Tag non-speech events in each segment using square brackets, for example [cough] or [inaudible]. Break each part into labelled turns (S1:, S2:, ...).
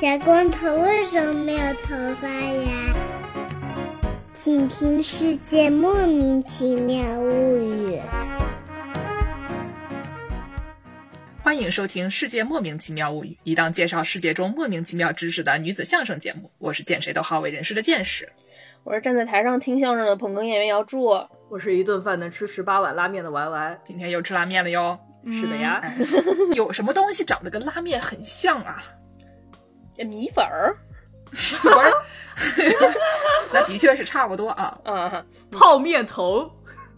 S1: 小光头为什么没有头发呀？请听《世界莫名其妙物语》。
S2: 欢迎收听《世界莫名其妙物语》，一档介绍世界中莫名其妙知识的女子相声节目。我是见谁都好为人师的见识。
S3: 我是站在台上听相声的捧哏演员姚柱。呃
S4: 我是一顿饭能吃十八碗拉面的丸丸。
S2: 今天又吃拉面了
S3: [laughs]
S2: 哟。
S3: 嗯
S4: 是的呀，
S2: 哎有什么东西长得跟拉面很像啊？ [laughs]
S3: 米粉儿
S2: 不是，那的确是差不多啊。
S3: 啊，
S4: 泡面头。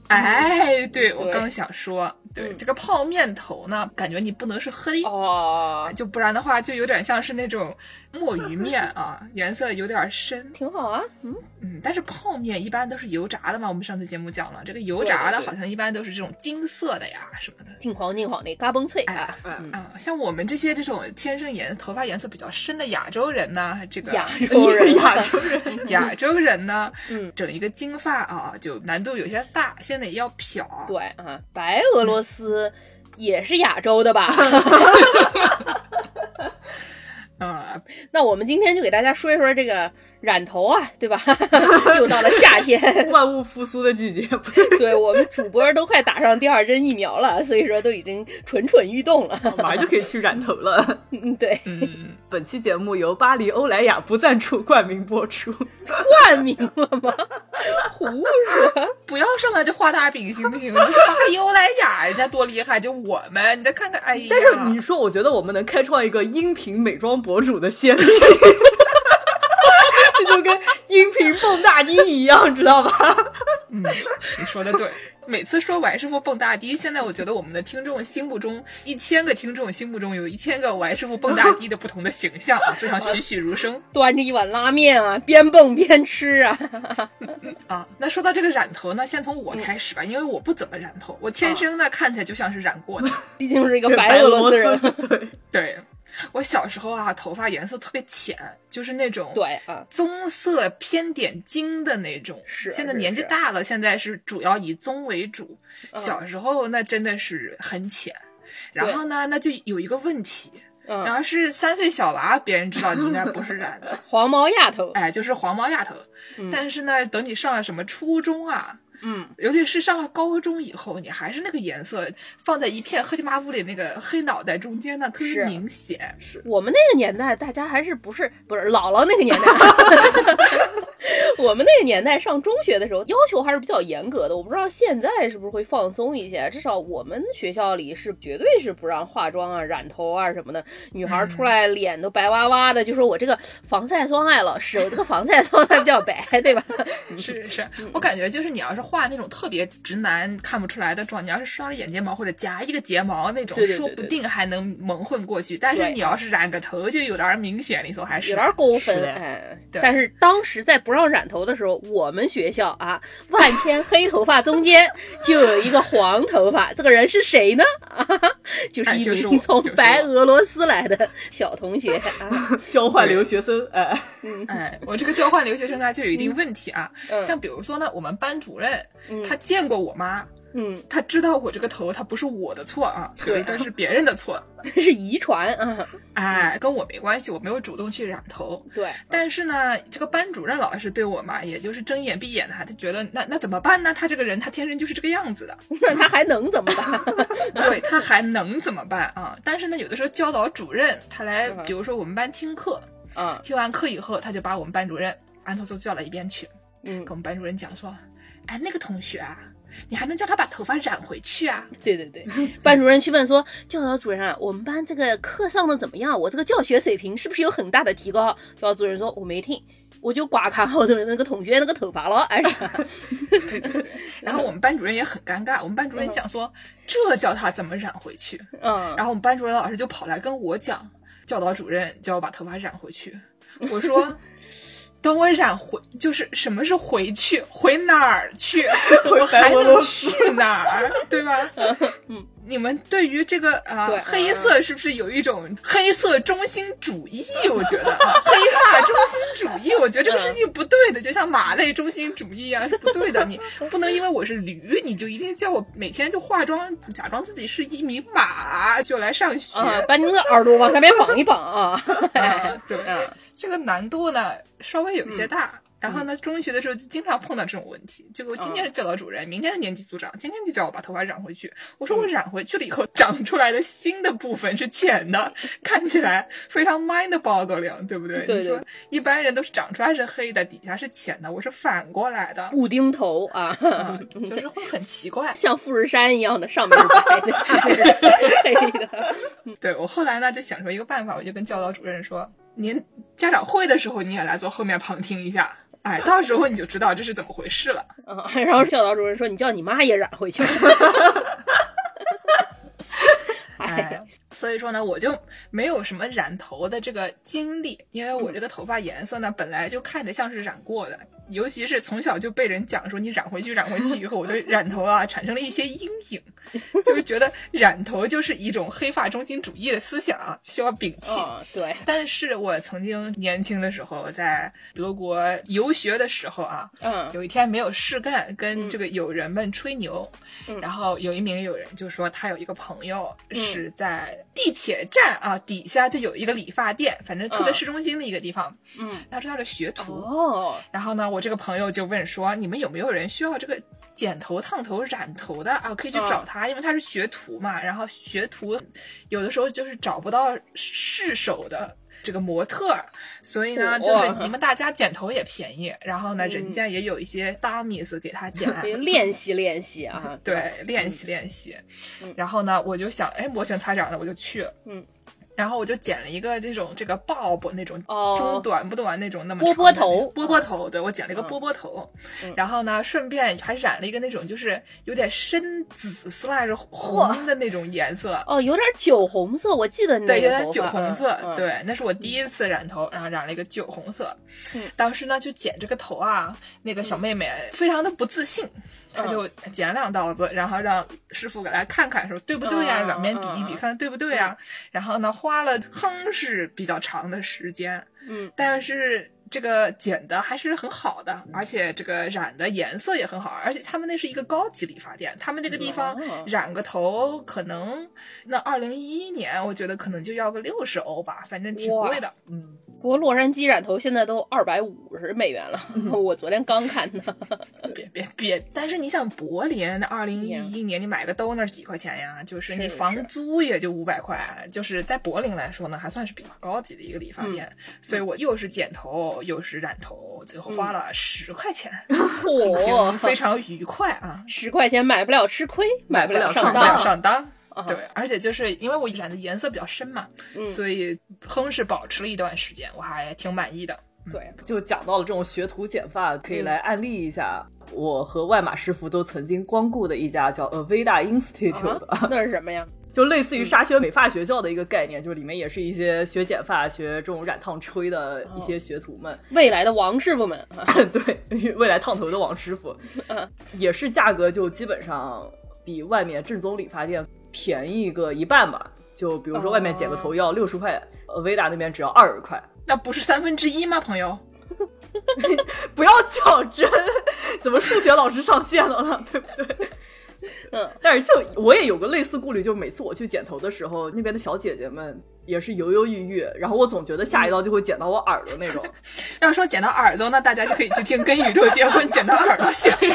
S2: 哎，对我
S3: 对
S2: 刚想说，对
S3: 嗯
S2: 这个泡面头呢，感觉你不能是黑，
S3: 哦，
S2: 就不然的话就有点像是那种墨鱼面啊，颜色有点深。
S3: 挺好啊。嗯，
S2: 嗯，但是泡面一般都是油炸的嘛，我们上次节目讲了，这个油炸的
S3: 对对对
S2: 好像一般都是这种金色的呀什么的。
S3: 金黄金黄的，嘎嘣脆啊。
S4: 哎
S3: 嗯
S2: 啊，像我们这些这种天生颜头发颜色比较深的亚洲人呢，这个
S3: 哎啊亚洲人， [laughs]
S4: 亚洲人，
S2: 亚洲人呢，
S3: 嗯，
S2: 整一个金发啊，就难度有些大，先得要漂。
S3: 对啊，白俄罗斯也是亚洲 [laughs] 的吧？
S2: 啊，
S3: 那我们今天就给大家说一说这个染头啊，对吧？ [laughs] 又到了夏天，
S4: 万物复苏的季节，不对，
S3: 对我们主播都快打上第二针疫苗了，所以说都已经蠢蠢欲动了。
S4: 马上就可以去染头了。
S3: 嗯，对， [laughs]
S2: 嗯，
S4: 本期节目由巴黎欧莱雅不赞助冠名播出。
S3: 冠名了吗？胡说。
S2: 不要上来就画大饼行不行？你说哎巴黎欧莱雅人家多厉害，就我们，你再看看，哎呀，
S4: 但是你说，我觉得我们能开创一个音频美妆博主的先例， [laughs] 这就跟音频蹦大迪一样，知道吧？
S2: 嗯， [laughs] 你说的对。每次说王师傅蹦大迪，现在我觉得我们的听众心目中，一千个听众心目中有一千个王师傅蹦大迪的不同的形象啊，非常栩栩如生
S3: 端着一碗拉面啊，边蹦边吃啊。
S2: [laughs] 啊。嗯那说到这个染头呢，先从我开始吧，因为我不怎么染头，我天生呢看起来就像是染过的。 [laughs]
S3: 毕竟是一个
S4: 白
S3: 白俄罗斯人，
S4: 斯，对，
S2: 对我小时候啊，头发颜色特别浅，就是那种
S3: 对啊，
S2: 棕色偏点金的那种。
S3: 是啊
S2: 现在
S3: 是
S2: 年纪
S3: 是
S2: 大了，现在是主要以棕为主。
S3: 嗯
S2: 小时候那真的是很浅。然
S3: 对
S2: 后呢，那就有一个问题，你
S3: 嗯，
S2: 要是三岁小娃，别人知道你应该不是染
S3: [laughs]
S2: 的，
S3: 黄毛丫头，
S2: 哎，就是黄毛丫头。
S3: 嗯
S2: 但是呢，等你上了什么初中啊，
S3: 嗯，
S2: 尤其是上了高中以后，你还是那个颜色，放在一片黑漆麻乌里那个黑脑袋中间呢，特别
S3: 是
S2: 明显。
S3: 我们那个年代，大家还是不是不是姥姥那个年代， [laughs] 我们那个年代上中学的时候要求还是比较严格的，我不知道现在是不是会放松一些，至少我们学校里是绝对是不让化妆啊、染头啊什么的，女孩出来脸都白哇哇的，就说我这个防晒霜哎，老师，我这个防晒霜它比较白，对吧？
S2: 是是，
S3: 嗯
S2: 我感觉就是你要是画那种特别直男看不出来的妆，你要是刷个眼睫毛或者夹一个睫毛那种，
S3: 对对对
S2: 说不
S3: 对对
S2: 定还能蒙混过去。但是
S3: 对
S2: 你要是染个头，就有点儿明显里头还是
S3: 有点儿勾
S4: 是
S3: 分，
S4: 的
S3: 哎，
S2: 对
S3: 但是当时在不让染头的时候，我们学校啊，万千黑头发
S2: [laughs]
S3: 中间就有一个黄头发，这个人是谁呢？ [laughs] 啊、就是
S2: 哎
S3: 一
S2: 就是
S3: 名
S2: 我
S3: 从
S2: 就是我
S3: 白俄罗斯来的小同学
S2: [laughs]
S3: 啊，
S4: 交换
S2: 对
S4: 留学生，哎，
S2: 哎，我这个交换留学生呢就有一定问题啊。像
S3: 嗯
S2: 比如说呢，我们班主任
S3: 嗯
S2: 他见过我妈，
S3: 嗯， [laughs]
S2: 他知道我这个头，他不是我的错啊，
S3: 对嗯
S2: 对，但是别人的错，
S3: 是遗传啊，
S2: 哎，跟我没关系，我没有主动去染头。
S3: 对，
S2: 但是呢，这个班主任老师对我嘛，也就是睁眼闭眼的，他觉得那那怎么办呢？他这个人，他天生就是这个样子的，
S3: [laughs] 那他还能怎么
S2: [laughs]
S3: 办？
S2: 对他还能怎么办啊？但是呢，有的时候教导主任他来
S3: 嗯，哼
S2: 比如说我们班听课，
S3: 啊，
S2: 听完课以后，他就把我们班主任安托托叫到一边去，
S3: 嗯
S2: 跟，我们班主任讲说，哎，那个同学啊，你还能叫他把头发染回去啊？
S3: 对对对，班主任去问说，教导主任啊，我们班这个课上的怎么样？我这个教学水平是不是有很大的提高？教导主任说，我没听。我就刮看后头那个同学那个头发了，哎是吧，
S2: 对对对。然后我们班主任也很尴尬，我们班主任想说，这叫他怎么染回去？
S3: 嗯，
S2: 然后我们班主任老师
S4: [laughs]
S2: 就跑来跟我讲，教导主任叫我把头发染回去。我说，等我染回，就是什么是回去？回哪儿
S4: [laughs]
S2: 去？
S4: 回
S2: 我还
S4: 白俄罗
S2: 能
S4: 斯嗯
S2: 去哪儿？对
S4: [laughs]
S2: 吧？你们对于这个啊
S3: 对
S2: 黑色是不是有一种黑色中心主义？我觉得啊，黑发中心主义，我觉得这个事情不对的，就像马类中心主义啊是不对的。你不能因为我是驴，你就一定叫我每天就化妆，假装自己是一米马就来上学。
S3: 啊，把你那个耳朵往下面绑一绑
S2: [laughs]
S3: 啊！
S2: 啊对，
S3: [laughs] 啊嗯
S2: 这个难度呢稍微有一些大。然后呢，中学的时候就经常碰到这种问题。结果今天是教导主任，明天是年级组
S3: 嗯
S2: 长，今天就叫我把头发染回去。我说我染回去了以后，长出来的新的部分是浅
S3: [laughs]
S2: 的，看起来非常 mind boggling，对不对？
S3: 对
S2: 你说一般人都是长出来是黑的，底下是浅的，我是反过来的，
S3: 布丁头啊，
S2: 啊就是会很奇怪。
S3: [laughs] 像富士山一样的，上面是白
S2: [laughs]
S3: 的，下面是黑的。
S2: 对我后来呢，就想出一个办法，我就跟教导主任说：“您家长会的时候，你也来做后面旁听一下，哎，到时候你就知道这是怎么回事了。
S3: 啊，然后教导主任说：“你叫你妈也染回 [laughs] 去。”哎，
S2: 哎，所以说呢，我就没有什么染头的这个经历，因为我这个头发颜色呢，本来就看着像是染过的，尤其是从小就被人讲说你染回去，染回去以后，我对染头啊产生了一些阴影，就是觉得染头就是一种黑发中心主义的思想啊，需要摒弃。
S3: 哦，对，
S2: 但是我曾经年轻的时候，在德国游学的时候啊，
S3: 嗯
S2: 有一天没有事干，跟
S3: 嗯
S2: 这个友人们吹牛，
S3: 嗯
S2: 然后有一名友人就说他有一个朋友是在地铁站啊、底下就有一个理发店，反正特别
S3: 嗯
S2: 市中心的一个地方，
S3: 嗯，
S2: 他说他是学徒。
S3: 哦，
S2: 然后呢，我这个朋友就问说，你们有没有人需要这个剪头、烫头、染头的啊？可以去
S3: 嗯
S2: 找他，因为他是学徒嘛。然后学徒有的时候就是找不到试手的这个模特儿，所以
S3: 哇
S2: 呢，就是你们大家剪头也便宜，然后呢，
S3: 嗯
S2: 人家也有一些 dummies 给他
S3: [laughs]
S2: 剪。
S3: 可以练习练习啊。吧
S2: 对，练习练习
S3: 嗯。
S2: 然后呢，我就想，哎，摩拳擦掌的，我就去了。
S3: 嗯。
S2: 然后我就剪了一个这种这个 bob 那种
S3: 哦
S2: 中短不短那种那么长
S3: 波波
S2: 的
S3: 头
S2: 波波头，对我剪了一个波波头
S3: 嗯，
S2: [laughs] 然后呢，顺便还染了一个那种就是有点深紫色还是红的那种颜
S3: [laughs]
S2: 色，
S3: 哦，有点酒红色，我记得你那
S2: 对，有
S3: 个
S2: 点
S3: 头
S2: 酒
S3: 发
S2: 红色，，
S3: 嗯嗯
S2: 对，那是我第一次染头，然后染了一个酒红色
S3: 嗯。
S2: 当时呢，就剪这个头啊，那个小妹妹非常的不自信，她
S3: 嗯
S2: 就剪两刀子，然后让师傅给她看看，说对不对呀、
S3: 嗯
S2: 两边比一比，
S3: 嗯嗯
S2: 看看对不对呀、然后呢，花了哼是比较长的时间，
S3: 嗯，
S2: 但是。这个剪的还是很好的，而且这个染的颜色也很好，而且他们那是一个高级理发店，他们那个地方
S3: 哦
S2: 染个头可能那二零一一年，我觉得可能就要个六十欧吧，反正挺贵的。
S4: 嗯，
S3: 不过洛杉矶染头现在都二百五十美元了，
S2: 嗯
S3: [laughs] 我昨天刚看的。
S2: 别别别！但是你想柏林那二零一一年，你买个兜那儿几块钱呀？就是
S3: 是
S2: 你房租也就五百块，就是在柏林来说呢，还算是比较高级的一个理发
S3: 嗯
S2: 店。所以我又是剪头又是染头，最后
S3: 嗯
S2: 花了十块钱，心
S3: [laughs]
S2: 情非
S3: 嚯，
S2: 常愉快啊！
S3: 十块钱买不了吃亏，买不了
S4: 买
S3: 上
S4: 不
S2: 当
S4: 了
S3: 当。
S2: 上当。
S3: 啊
S2: 对，而且就是因为我染的颜色比较深嘛，
S3: 嗯
S2: 所以哼是保持了一段时间，我还挺满意的。
S3: 对，
S4: 就讲到了这种学徒剪发，可以来案例一下。我和外马师傅都曾经光顾的一家叫 Aveda Institute 的，
S3: 啊那是什么呀？
S4: [laughs] 就类似于沙宣美发学校的一个概念，就是里面也是一些学剪发、学这种染烫吹的一些学徒们。
S3: 未来的王师傅们啊，
S4: [laughs] 对，未来烫头的王师傅
S3: 嗯，
S4: 也是价格就基本上比外面正宗理发店便宜个一半吧。就比如说外面剪个头要六十块，呃，维达那边只要二十块。
S2: 那不是三分之一吗，朋友？
S4: 不要较真，怎么数学老师上线了呢？ [laughs] 对不对？
S3: 嗯，
S4: 但是就我也有个类似顾虑，就每次我去剪头的时候，那边的小姐姐们也是犹犹豫豫，然后我总觉得下一刀就会剪到我耳朵
S3: [laughs]
S4: 那种。
S2: 要说剪到耳朵，那大家就可以去听《跟宇宙结婚》剪到耳朵系列。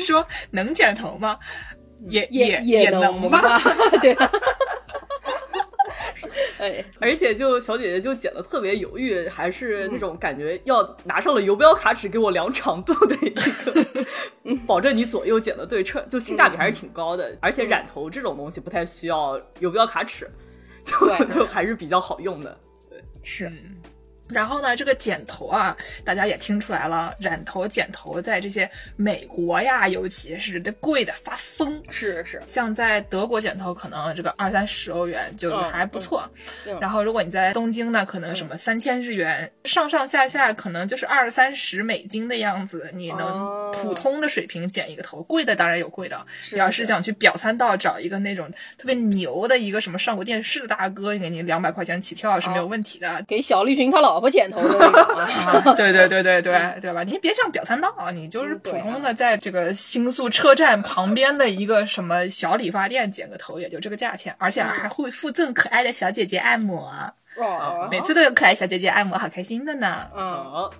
S2: 说能剪头吗？ [laughs] 也
S3: 也
S2: 也
S3: 能
S2: 能吧。？
S3: [laughs] 对
S2: [laughs]
S3: 啊。哎，
S4: 而且就小姐姐就剪的特别犹豫，还是那种感觉要拿上了游标卡尺给我量长度的一个，
S3: [laughs]
S4: 保证你左右剪的对称，就性价比还是挺高
S3: 嗯
S4: 的。而且染头这种东西不太需 [laughs] 要游标卡尺，就
S3: 对
S4: 就还是比较好用的。
S3: 是，
S2: 嗯然后呢，这个剪头啊，大家也听出来了，染头、剪头在这些美国呀，尤其是这贵的发疯。
S3: 是是，
S2: 像在德国剪头，可能这个二三十欧元就
S3: 嗯
S2: 还不错。
S3: 嗯嗯
S2: 然后如果你在东京呢，可能什么三千日元，上上下下可能就是二三十美金的样子，你
S3: 哦
S2: 能普通的水平剪一个头。贵的当然有贵的，
S3: 是
S2: 你要是想去表参道找一个那种特别牛的一个什么上过电视的大哥，给你两百块钱起跳是没
S3: 哦
S2: 有问题的。
S3: 给小绿群他老婆剪头的那种
S2: [laughs]
S3: 啊。
S2: 啊对对对对对对吧？你别上表参道，你就是
S3: 嗯对
S2: 普
S3: 啊
S2: 通的在这个新宿车站旁边的一个什么小理发店剪个头，也就这个价钱，而且
S3: 嗯
S2: 还会附赠可爱的小姐姐按摩，啊
S3: 哦，
S2: 每次都有可爱小姐姐按摩，好开心的呢。
S3: 嗯，
S4: 好，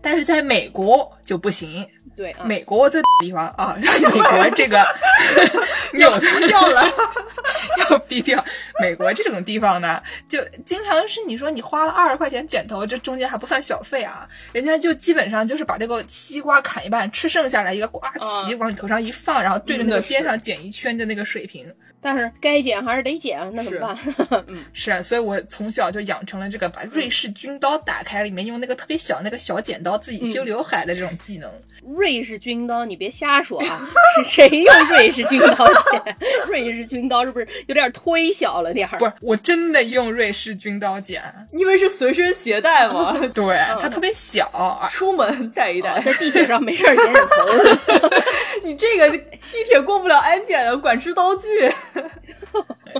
S2: 但是在美国就不行，
S3: 对啊，
S2: 美国这 [laughs] 地方啊，美国这
S3: [laughs]
S2: 个 [laughs] 有的
S4: 掉了。
S2: [laughs] 要逼掉。美国这种地方呢，就经常是你说你花了二十块钱剪头，这中间还不算小费啊，人家就基本上就是把这个西瓜砍一半，吃剩下来一个瓜皮
S3: 啊
S2: 往你头上一放，然后对着那个
S4: 嗯是
S2: 边上剪一圈的那个水平。
S3: 但是该剪还是得剪，那怎么办？嗯，
S2: 是啊，所以我从小就养成了这个把瑞士军刀打开，里面用那个特别小那个小剪刀自己修刘海的这种技能。
S3: 瑞士军刀，你别瞎说啊，是谁用瑞士军刀剪？ [laughs] 瑞士军刀是不是有点忒小了点儿？
S2: 不是，我真的用瑞士军刀剪，
S4: 因为是随身携带嘛，
S2: 对，它特别小，而
S4: 出门带一带。
S3: 在地铁上没事儿剪剪头，
S4: 你这个地铁过不了安检的，管制刀具。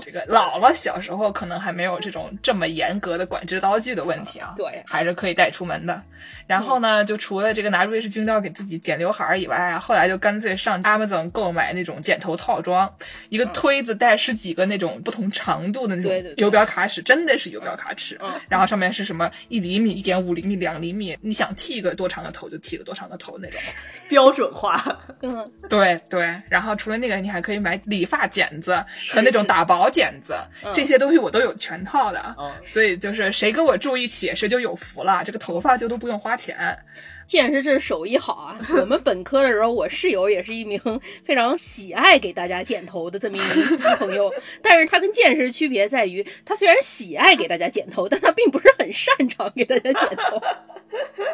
S2: 这个姥姥小时候可能还没有这种这么严格的管制刀具的问题啊，
S3: 嗯对
S2: 还是可以带出门的。然后呢，就除了这个拿瑞士军刀给自己剪刘海儿以外啊，后来就干脆上 Amazon 购买那种剪头套装，一个推子带十几个那种不同长度的那
S3: 嗯对对
S2: 种
S3: 对
S2: 游标卡尺，真的是游标卡尺
S3: 嗯，
S2: 然后上面是什么一厘米、一点五厘米、两厘米，你想剃一个多长的头就剃个多长的头那种。
S4: 标准化，
S3: 嗯，
S2: 对对，然后除了那个，你还可以买理发剪子和那种
S3: 是嗯哦
S2: 打薄剪子，这些东西我都有全套的。
S4: 嗯
S2: 所以就是谁跟我住一起，谁就有福了，这个头发就都不用花钱。
S3: 见识这手艺好啊！我们本科的时候，我室友也是一名非常喜爱给大家剪头的这么一名朋友，但是他跟见识区别在于，他虽然喜爱给大家剪头，但他并不是很擅长给大家剪头。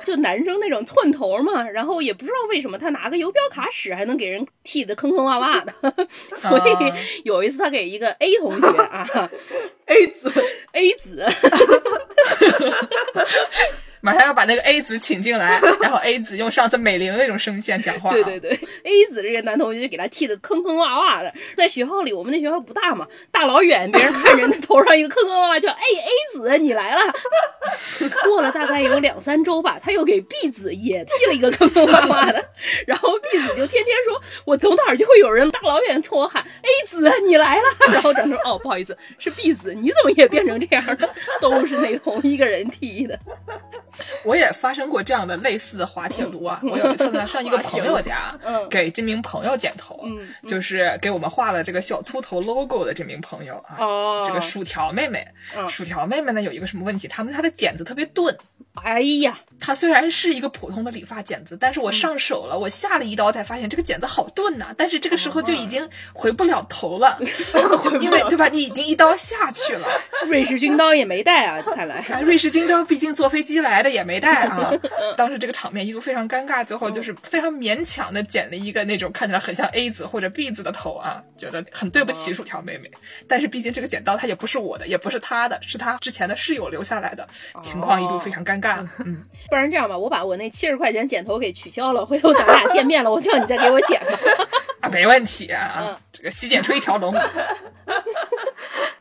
S3: 就男生那种寸头嘛，然后也不知道为什么他拿个游标卡尺还能给人剃得坑坑洼洼的， [laughs] 所以
S2: 啊
S3: 有一次他给一个 A 同学啊
S4: A 字
S3: A 子
S2: 马上要把那个 A 子请进来，然后 A 子用上次美玲那种声线讲话、
S3: [laughs] 对对，对，A 子这个男同学就给他剃得坑坑洼洼的，在学校里，我们那学校不大嘛，大老远别人看人的头上一个坑坑洼洼，叫哎 A 子你来了。 [laughs] 过了大概有两三周吧，他又给 B 子也剃了一个坑坑洼洼的，然后 B 子就天天说，我走哪儿就会有人大老远冲我喊 A 子你来了，然后长说哦不好意思是 B 子，你怎么也变成这样了？都是那同一个人剃的，
S2: 我也发生过这样的类似的滑铁卢啊。我有一次呢，
S3: [laughs]
S2: 上一个朋友家，
S3: 嗯
S2: 给这名朋友剪头，
S3: 嗯
S2: 就是给我们画了这个小秃头 logo 的这名朋友啊，
S3: 哦
S2: 这个薯条妹妹，
S3: 嗯
S2: 薯条妹妹呢有一个什么问题？她们她的剪子特别钝。
S3: 哎呀，
S2: 它虽然是一个普通的理发剪子，但是我上手了，我下了一刀才发现这个剪子好钝呐、但是这个时候就已经回不了头了，就因为对吧？你已经一刀下去了，
S3: 瑞士军刀也没带啊，看来。
S2: 啊，瑞士军刀毕竟坐飞机来的也没带啊。当时这个场面一度非常尴尬，最后就是非常勉强的剪了一个那种看起来很像 A 字或者 B 字的头啊，觉得很对不起薯条妹妹。但是毕竟这个剪刀它也不是我的，也不是她的，是她之前的室友留下来的，情况一度非常尴尬。嗯，
S3: 不然这样吧，我把我那七十块钱剪头给取消了，回头咱俩见面了，我叫你再给我剪吧。
S2: 啊，没问题啊
S3: 嗯，
S2: 这个洗剪吹一条龙。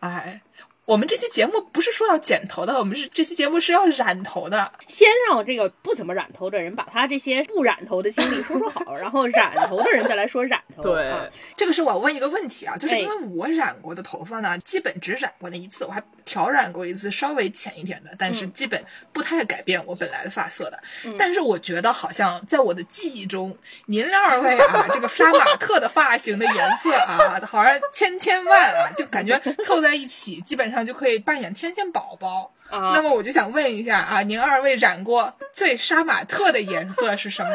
S2: 哎。我们这期节目不是说要剪头的，我们是这期节目是要染头的。
S3: 先让这个不怎么染头的人把他这些不染头的经历说说好，然后染头的人再来说染头。
S4: 对
S3: 啊、
S2: 这个是我问一个问题啊，就是
S3: 哎
S2: 因为我染过的头发呢，基本只染过那一次，我还调染过一次稍微浅一点的，但是基本不太改变我本来的发色的。但是我觉得好像在我的记忆中，您二位啊，这个杀马特的发型的颜色啊，好像千千万啊，就感觉凑在一起，基本上就可以扮演天线宝宝。
S3: 啊
S2: 那么我就想问一下啊，您二位染过最杀马特的颜色是什么？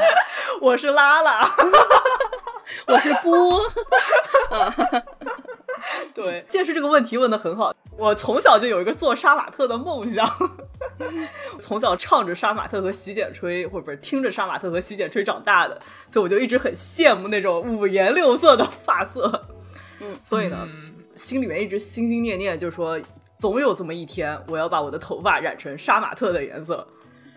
S4: 我是拉拉。
S3: 我是波，
S4: 对，见识这个问题问的很好。我从小就有一个做杀马特的梦想， [laughs] 从小唱着杀马特和洗剪吹，或者不是听着杀马特和洗剪吹长大的，所以我就一直很羡慕那种五颜六色的发色。
S3: 嗯，
S4: 所以呢，
S2: 嗯
S4: 心里面一直心心念念，就是说总有这么一天，我要把我的头发染成杀马特的颜色。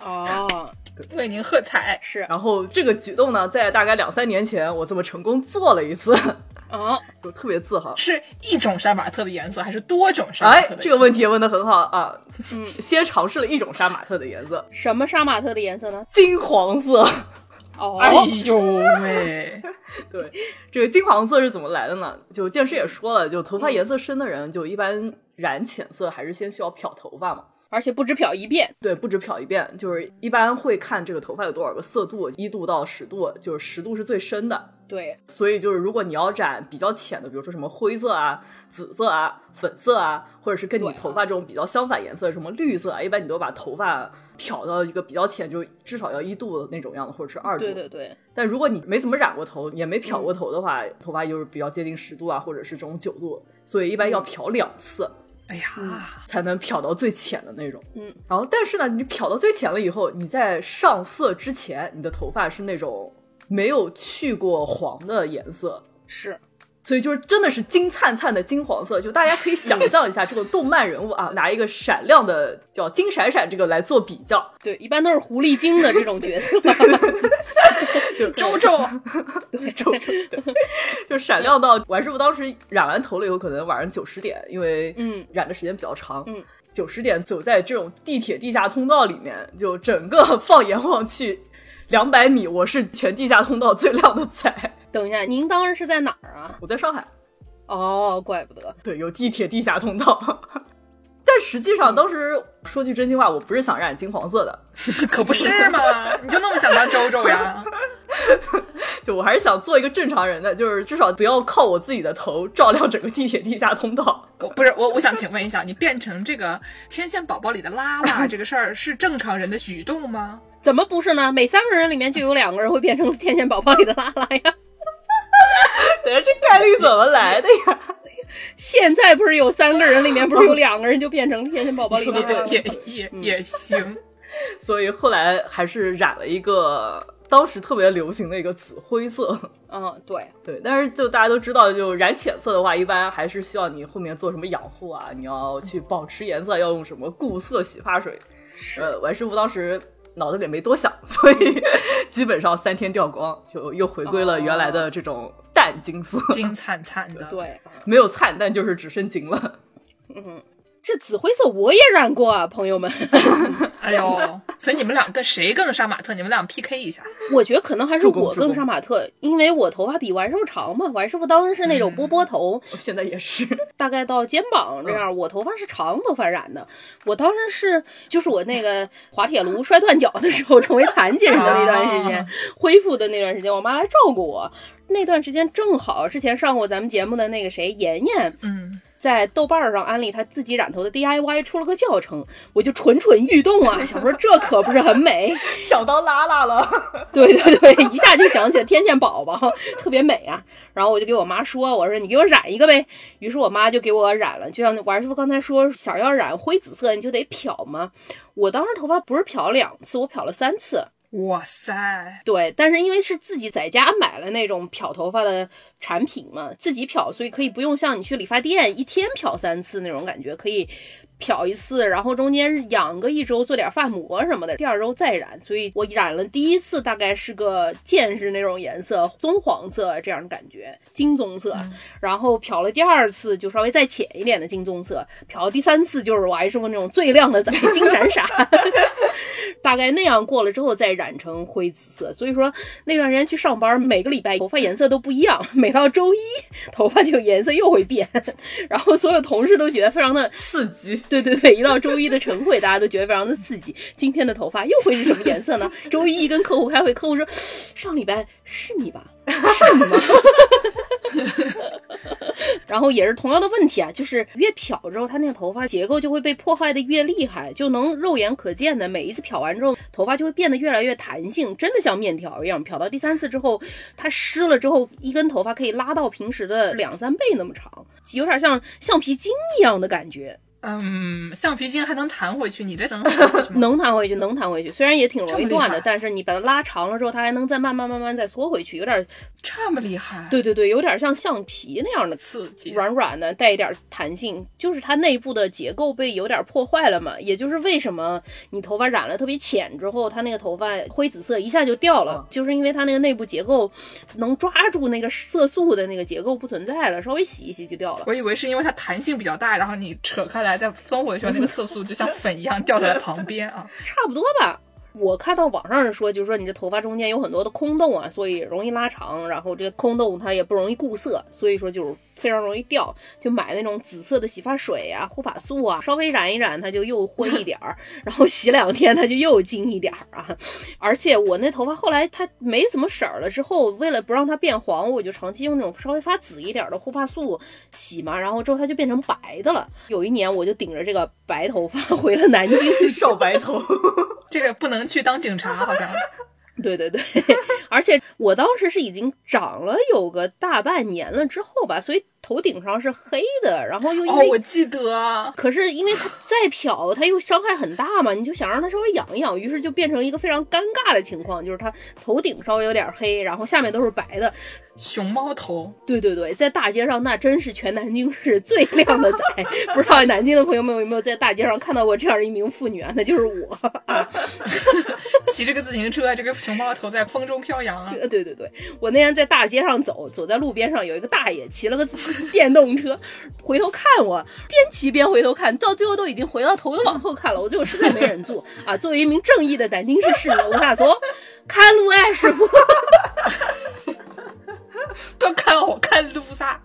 S3: 哦，
S2: 为您喝彩。
S3: 是
S4: 然后这个举动呢，在大概两三年前，我这么成功做了一次， [laughs]
S3: 哦，
S4: 我特别自豪。
S2: 是一种杀马特的颜色，还是多种杀马
S4: 哎
S2: 特的颜色？，
S4: 这个问题问的很好啊。
S3: 嗯
S4: 先尝试了一种杀马特的颜色，
S3: 什么杀马特的颜色呢？
S4: 金黄色。
S3: 哦，
S2: 哎呦喂，
S4: 哦对，这个金黄色是怎么来的呢？就剑师也说了，就
S2: 嗯
S4: 头发颜色深的人，就一般染浅色还是先需要漂头发嘛。
S3: 而且不止漂一遍，
S4: 对，不止漂一遍，就是一般会看这个头发有多少个色度，一度到十度，就是十度是最深的。
S3: 对，
S4: 所以就是，如果你要染比较浅的，比如说什么灰色啊、紫色啊、粉色啊，或者是跟你
S3: 对啊
S4: 头发这种比较相反颜色，什么绿色啊，一般你都把头发漂到一个比较浅，就至少要一度的那种样子，或者是二度。
S3: 对嗯对对，
S4: 但如果你没怎么染过头，也没漂过头的话，头发就是比较接近十度啊，或者是这种九度，所以一
S3: 嗯
S4: 般要漂两次
S2: 哎呀，
S4: 才能漂到最浅的那种。
S3: 嗯，
S4: 然后但是呢，你漂到最浅了以后，你在上色之前，你的头发是那种没有去过黄的颜色。
S3: 是，
S4: 所以就是真的是金灿灿的金黄色，就大家可以想象一下这个动漫人物啊，拿一个闪亮的叫金闪闪这个来做比较，
S3: 对，一般都是狐狸精的这种角色，
S2: 周周，
S3: 对， [laughs]
S4: 周周对，就闪亮到完师傅当时染完头了以后，可能晚上九十点，因为
S3: 嗯
S4: 染的时间比较长，
S3: 嗯，
S4: 九十点走在这种地铁地下通道里面，就整个 [laughs] 放眼望去，两百米我是全地下通道最亮的仔，
S3: [laughs] 等一下，您当时是在哪儿啊？
S4: 我在上海。
S3: 哦，怪不得，
S4: 对，有地铁地下通道。 [laughs] 但实际上，当时说句真心话，我不是想染金黄色的，
S2: 可不是嘛？你就那么想当周周呀？
S4: 就我还是想做一个正常人的，就是至少不要靠我自己的头照亮整个地铁地下通道。 [laughs]
S2: 我不是我，我想请问一下，你变成这个天线宝宝里的拉
S4: [laughs]
S2: 拉这个事儿是正常人的举动吗？
S3: 怎么不是呢？每三个人里面就有两个人会变成《天线宝宝》里的拉拉 [laughs] 呀。
S4: 等下这概率怎么来的呀？
S3: 现在不是有三个人里面不是有两个人就变成《天线宝宝》里的拉拉
S2: 也
S3: 了吗？
S2: 也
S4: 嗯
S2: 也行，
S4: 所以后来还是染了一个当时特别流行的一个紫灰色。
S3: 嗯，对，
S4: 对，但是就大家都知道，就染浅色的话，一般还是需要你后面做什么养护啊，你要去保持颜色，要用什么固色洗发水。
S3: 是，
S4: 呃，完师傅当时脑子里没多想，所以 [laughs] 基本上三天掉光，就又回归了原来的这种淡金色，
S2: 金灿灿
S4: [laughs]
S2: 的。，
S3: 对，
S4: 没有灿淡，就是只剩金了。 [laughs]
S3: 嗯，这紫灰色我也染过啊，朋友们。
S2: 哎呦，所以你们俩跟谁更杀马特？你们俩 PK 一下。
S3: [laughs] 我觉得可能还是
S4: 助攻
S3: 我
S4: 助攻
S3: 更杀马特，因为我头发比完师傅长嘛，完师傅当时是那种波波头，
S4: 我现在也是， [laughs]
S3: 大概到肩膀这样，我头发是长头发染的。我当时是就是我那个滑铁卢摔断脚的时候成为残疾人的那段时间
S2: 啊，
S3: 恢复的那段时间，我妈来照顾我。那段时间正好之前上过咱们节目的那个谁妍妍
S2: 嗯，
S3: 在豆瓣儿上安利她自己染头的 DIY 出了个教程，我就蠢蠢欲动啊，想说这可不是很美。
S4: 想到拉拉了， [laughs]
S3: 对对对，一下就想起了天线宝 [laughs] 宝，特别美啊。然后我就给我妈说，我说你给我染一个呗。于是我妈就给我染了，就像我儿师傅刚才说，想要染灰紫色，你就得漂嘛。我当时头发不是漂两次，我漂了三次。
S2: 哇塞，
S3: 对，但是因为是自己在家买了那种漂头发的产品嘛，自己漂，所以可以不用像你去理发店一天漂三次那种感觉，可以漂一次，然后中间养个一周，做点发膜什么的，第二周再染。所以我染了第一次大概是个剑士那种颜色，棕黄色这样的感觉，金棕色。然后漂了第二次就稍微再浅一点的金棕色，漂了第三次就是我还师傅那种最亮的仔金闪闪，大概那样过了之后再染成灰紫色。所以说那段时间去上班，每个礼拜头发颜色都不一样，每到周一头发就颜色又会变， [laughs] 然后所有同事都觉得非常的
S4: 刺激。 [laughs]
S3: 对对对，一到周一的晨会，大家都觉得非常的刺激。今天的头发又会是什么颜色呢？周一跟客户开会，客户说上礼拜是你吧？是你吗？ [laughs] 然后也是同样的问题啊，就是越漂之后，它那个头发结构就会被破坏的越厉害，就能肉眼可见的每一次漂完之后，头发就会变得越来越弹性，真的像面条一样。漂到第三次之后，它湿了之后，一根头发可以拉到平时的两三倍那么长，有点像橡皮筋一样的感觉。
S2: 嗯，橡皮筋还能弹回去，你这能弹回去吗
S4: [laughs]
S3: 能弹回去，能弹回去，虽然也挺容
S2: 嗯这
S3: 易
S2: 么厉
S3: 断的，
S2: 害
S3: 但是你把它拉长了之后，它还能再慢慢慢慢再缩回去，有点
S2: 这么厉害？，
S3: 对对对，有点像橡皮那样的
S2: 哎刺激。
S3: 软软的，带一点弹性，就是它内部的结构被有点破坏了嘛，也就是为什么你头发染了特别浅之后，它那个头发灰紫色一下就掉了，
S2: 嗯
S3: 就是因为它那个内部结构能抓住那个色素的那个结构不存在了，稍微洗一洗就掉了。
S2: 我以为是因为它弹性比较大，然后你扯开来再分回去，那个色素就像粉一样掉在了旁边啊。
S3: 差不多吧。我看到网上人说，就是说你这头发中间有很多的空洞啊，所以容易拉长，然后这个空洞它也不容易固色，所以说就是非常容易掉。就买那种紫色的洗发水啊、护发素啊，稍微染一染它就又灰一点儿， [laughs] 然后洗两天它就又金一点儿啊。而且我那头发后来它没怎么色儿了之后，为了不让它变黄，我就长期用那种稍微发紫一点儿的护发素洗嘛，然后之后它就变成白的了。有一年我就顶着这个白头发 [laughs] 回了南京，
S4: 少
S3: [laughs]
S4: 白头，
S2: 这个不能去当警察，好像
S3: 对对对， [laughs] 而且我当时是已经长了有个大半年了之后吧，所以头顶上是黑的，然后又因
S2: 哦，
S3: 为、
S2: 我记得
S3: 可是因为它再漂它又伤害很大嘛，你就想让它稍微养一养，于是就变成一个非常尴尬的情况，就是它头顶稍微有点黑，然后下面都是白的。
S2: 熊猫头，
S3: 对对对，在大街上那真是全南京市最 [laughs] 靓的仔，不知道南京的朋友们有没有在大街上看到过这样一名妇女啊？那就是我。
S2: 骑着个自行车，这个熊猫头在风中飘扬啊。
S3: 对对对，我那天在大街上走，走在路边上，有一个大爷骑了个自电动车，回头看我，边骑边回头看，到最后都已经回到头都往后看了，我最后实在没忍住啊！作为一名正义的南京市市民，我打算看路爱师傅， [laughs]
S2: 不要看我，看路撒，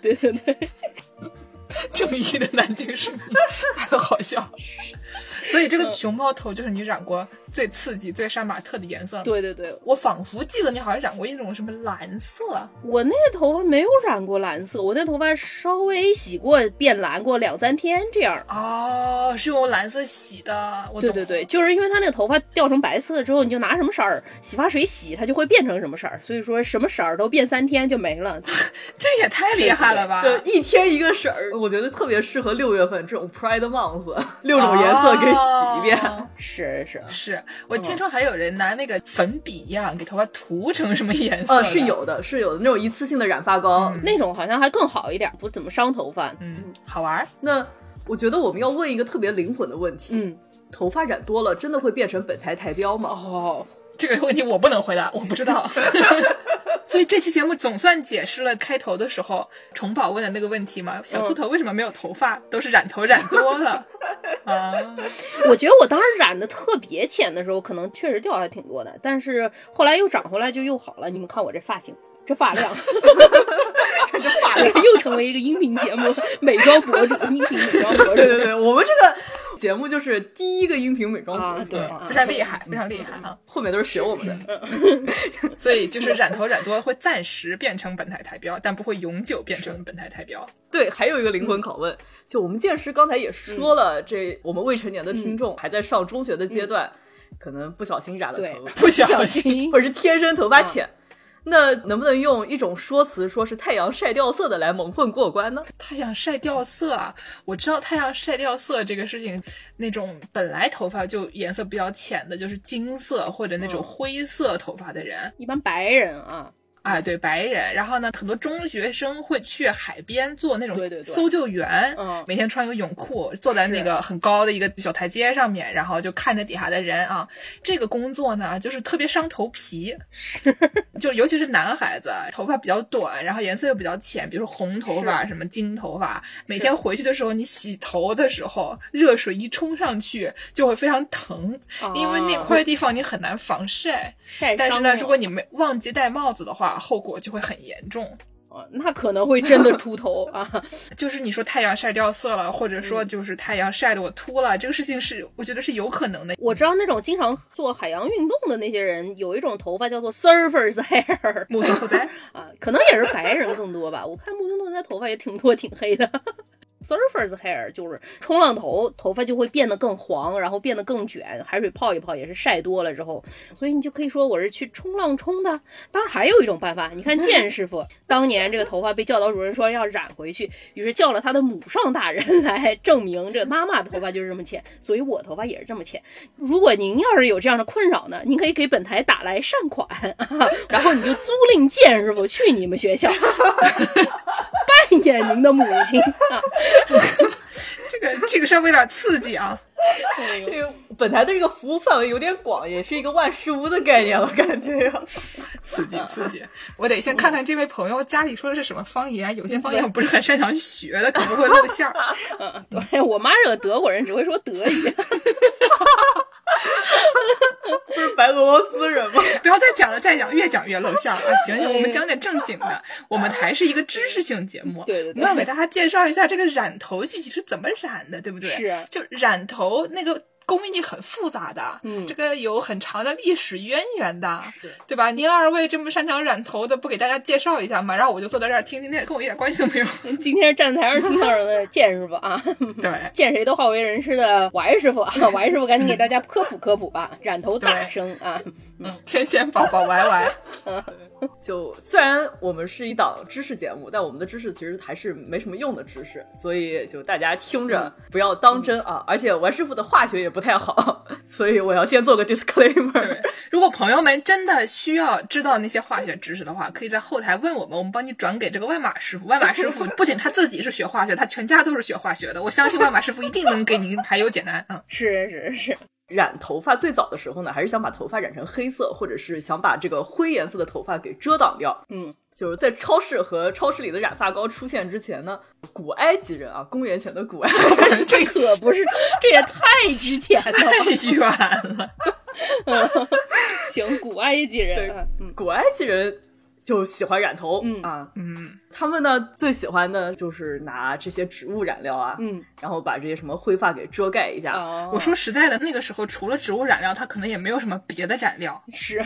S3: 对对对，
S2: 正义的南京市民，太好笑。所以这个熊猫头就是你染过最刺激、最杀马特的颜色了。
S3: 对对对，
S2: 我仿佛记得你好像染过一种什么蓝色，啊
S3: 我那个头发没有染过蓝色，我那头发稍微洗过变蓝过两三天这样。
S2: 哦，是用蓝色洗的。我
S3: 对
S2: 懂
S3: 对对，
S2: 了，
S3: 就是因为它那个头发掉成白色了之后，你就拿什么色儿洗发水洗，它就会变成什么色儿。所以说什么色儿都变三天就没了。
S2: 这也太厉害了吧！
S4: [laughs] 对，一天一个色儿，我觉得特别适合六月份这种 Pride Month，六 [laughs] 种颜色给洗一遍。
S3: 啊
S4: 嗯
S2: 哦
S3: 是是，
S2: 是我听说还有人拿那个粉笔一样给头发涂成什么颜色？
S4: [laughs] 呃，是。有的，是有的那种一次性的染发膏。
S2: 嗯
S3: 那种好像还更好一点，不怎么伤头发。
S2: 嗯，好玩儿。
S4: 那我觉得我们要问一个特别灵魂的问题：
S3: 嗯，
S4: 头发染多了真的会变成本台台标吗？
S3: 哦，
S2: 这个问题我不能回答，我不知道。所以这期节目总算解释了开头的时候虫宝问的那个问题嘛，
S4: 哦
S2: 小秃头为什么没有头发？都是染头染多
S4: [laughs]
S2: 了啊。
S3: 我觉得我当时染的特别浅的时候，可能确实掉还挺多的，但是后来又长回来就又好了。
S2: 嗯
S3: 你们看我这发型。这发量， [laughs] 这发量又成为一个音频节目美妆博主，音频美妆博
S4: [laughs] 对对
S3: 主
S4: 对，我们这个节目就是第一个音频美妆博
S3: 啊，
S4: 主
S3: 对啊
S2: 非，常厉害，非常厉害啊！
S4: 后面都是学我们的。
S2: 所以就是染头染多会暂时变成本台台标，但不会永久变成本台台标。
S4: 对，还有一个灵魂拷问，就我们剑师刚才也说了，这我们未成年的听众还在上中学的阶段，可能不小心染了
S3: 对
S4: 头发，
S2: 不 [laughs] 小
S3: 小
S2: 心，
S3: 心
S4: 或者是天生头发浅。那能不能用一种说辞，说是太阳晒掉色的来蒙混过关呢？
S2: 太阳晒掉色啊！我知道太阳晒掉色这个事情，那种本来头发就颜色比较浅的，就是金色或者那种
S4: 嗯
S2: 灰色头发的人，
S3: 一般白人啊，
S2: 哎，对白人。然后呢，很多中学生会去海边做那种
S3: 对对对
S2: 搜救员，
S3: 嗯
S2: 每天穿个泳裤，坐在那
S3: 是
S2: 个很高的一个小台阶上面，然后就看着底下的人啊。这个工作呢，就是特别伤头皮，
S3: 是
S2: [laughs] 就尤其是男孩子，啊头发比较短，然后颜色又比较浅，比如说红头发、
S3: 是
S2: 什么金头发，每天回去的时候，你洗头的时候，热水一冲上去就会非常疼，因为那
S3: 啊
S2: 块地方你很难防晒。
S3: 晒伤了。
S2: 但是呢，如果你没忘记戴帽子的话，后果就会很严重。
S3: 啊那可能会真的秃头啊，
S2: 就是你说太阳晒掉色了，或者说就是太阳晒得我秃了，这个事情是我觉得是有可能的。
S3: 我知道那种经常做海洋运动的那些人，有一种头发叫做 [laughs] surfer's hair
S2: 木 [laughs] 村拓哉，
S3: 呃啊，可能也是白人更多吧。我看木村拓哉头发也挺多，挺黑的。 surfers hair 就是冲浪头，头发就会变得更黄，然后变得更卷。海水泡一泡也是晒多了之后，所以你就可以说我是去冲浪冲的。当然还有一种办法，你看健师傅当年这个头发被教导主任说要染回去，于是叫了他的母上大人来证明这妈妈的头发就是这么浅，所以我头发也是这么浅。如果您要是有这样的困扰呢，您可以给本台打来善款，啊、然后你就租赁健师傅去你们学校。扮演您的母 [laughs] 亲啊！
S2: 这个这个稍微有点刺激啊。
S3: 哎呦
S4: 这个本台的这个服务范围有点广，也是一个万事屋的概念了，感觉呀。
S2: [laughs] 刺激刺激！嗯我得先看看这位朋友家里说的是什么方言，有些方言我不是很擅长学的，可能会露馅儿。 [laughs]
S3: 嗯，对我妈是个德国人，只会说德语。
S4: 不是白俄罗斯人吗？
S2: 不要再讲了，再讲越讲越露馅儿了。行行，我们讲点正经的，我们还是一个知识性节目。
S3: [laughs] 对对对
S2: 我们要给大家介绍一下这个染头具体是怎么染的，对不对？
S3: 是啊
S2: 就染头那个工艺很复杂的，
S3: 嗯
S2: 这个有很长的历史渊源的，对吧？您二位这么擅长染头的，不给大家介绍一下吗？然后我就坐在这儿听听，跟我一点关系都没 [laughs] 有。
S3: 今天是站台上听到的见识吧啊， [laughs]
S2: 嗯对。
S3: 见谁都好为人师的歪师傅啊，歪师傅赶紧给大家科普科普吧，染头大
S2: 对
S3: 生啊，
S2: 嗯，天线宝宝歪歪， [laughs]
S4: 就虽然我们是一档知识节目，但我们的知识其实还是没什么用的知识，所以就大家听着
S3: 嗯
S4: 不要当真啊。而且王师傅的化学也不太好， [laughs] 所以我要先做个 disclaimer
S2: 对。，如果朋友们真的需要知道那些化学知识的话，可以在后台问我们，我们帮你转给这个万马师傅。万马师傅 [laughs] 不仅他自己是学化学，他全家都是学化学的。我相信万马师傅一定能给您排忧解 [laughs] 难啊！
S3: 是是 [laughs] 是，
S4: 染头发最早的时候呢，还是想把头发染成黑色，或者是想把这个灰颜色的头发给遮挡掉。
S3: 嗯，
S4: 就是在超市和超市里的染发膏出现之前呢，古埃及人啊，公元前的古埃 [laughs] 及人
S2: 这个
S3: 可不是，这也太值钱了。
S2: 太远了，
S3: 行，古埃及人，啊嗯
S4: 古埃及人就喜欢染头、
S3: 嗯
S4: 啊，
S2: 嗯，
S4: 他们呢最喜欢的就是拿这些植物染料啊，
S3: 嗯，
S4: 然后把这些什么灰发给遮盖一下。
S3: 哦，
S2: 我说实在的，那个时候除了植物染料，它可能也没有什么别的染料。
S3: 是，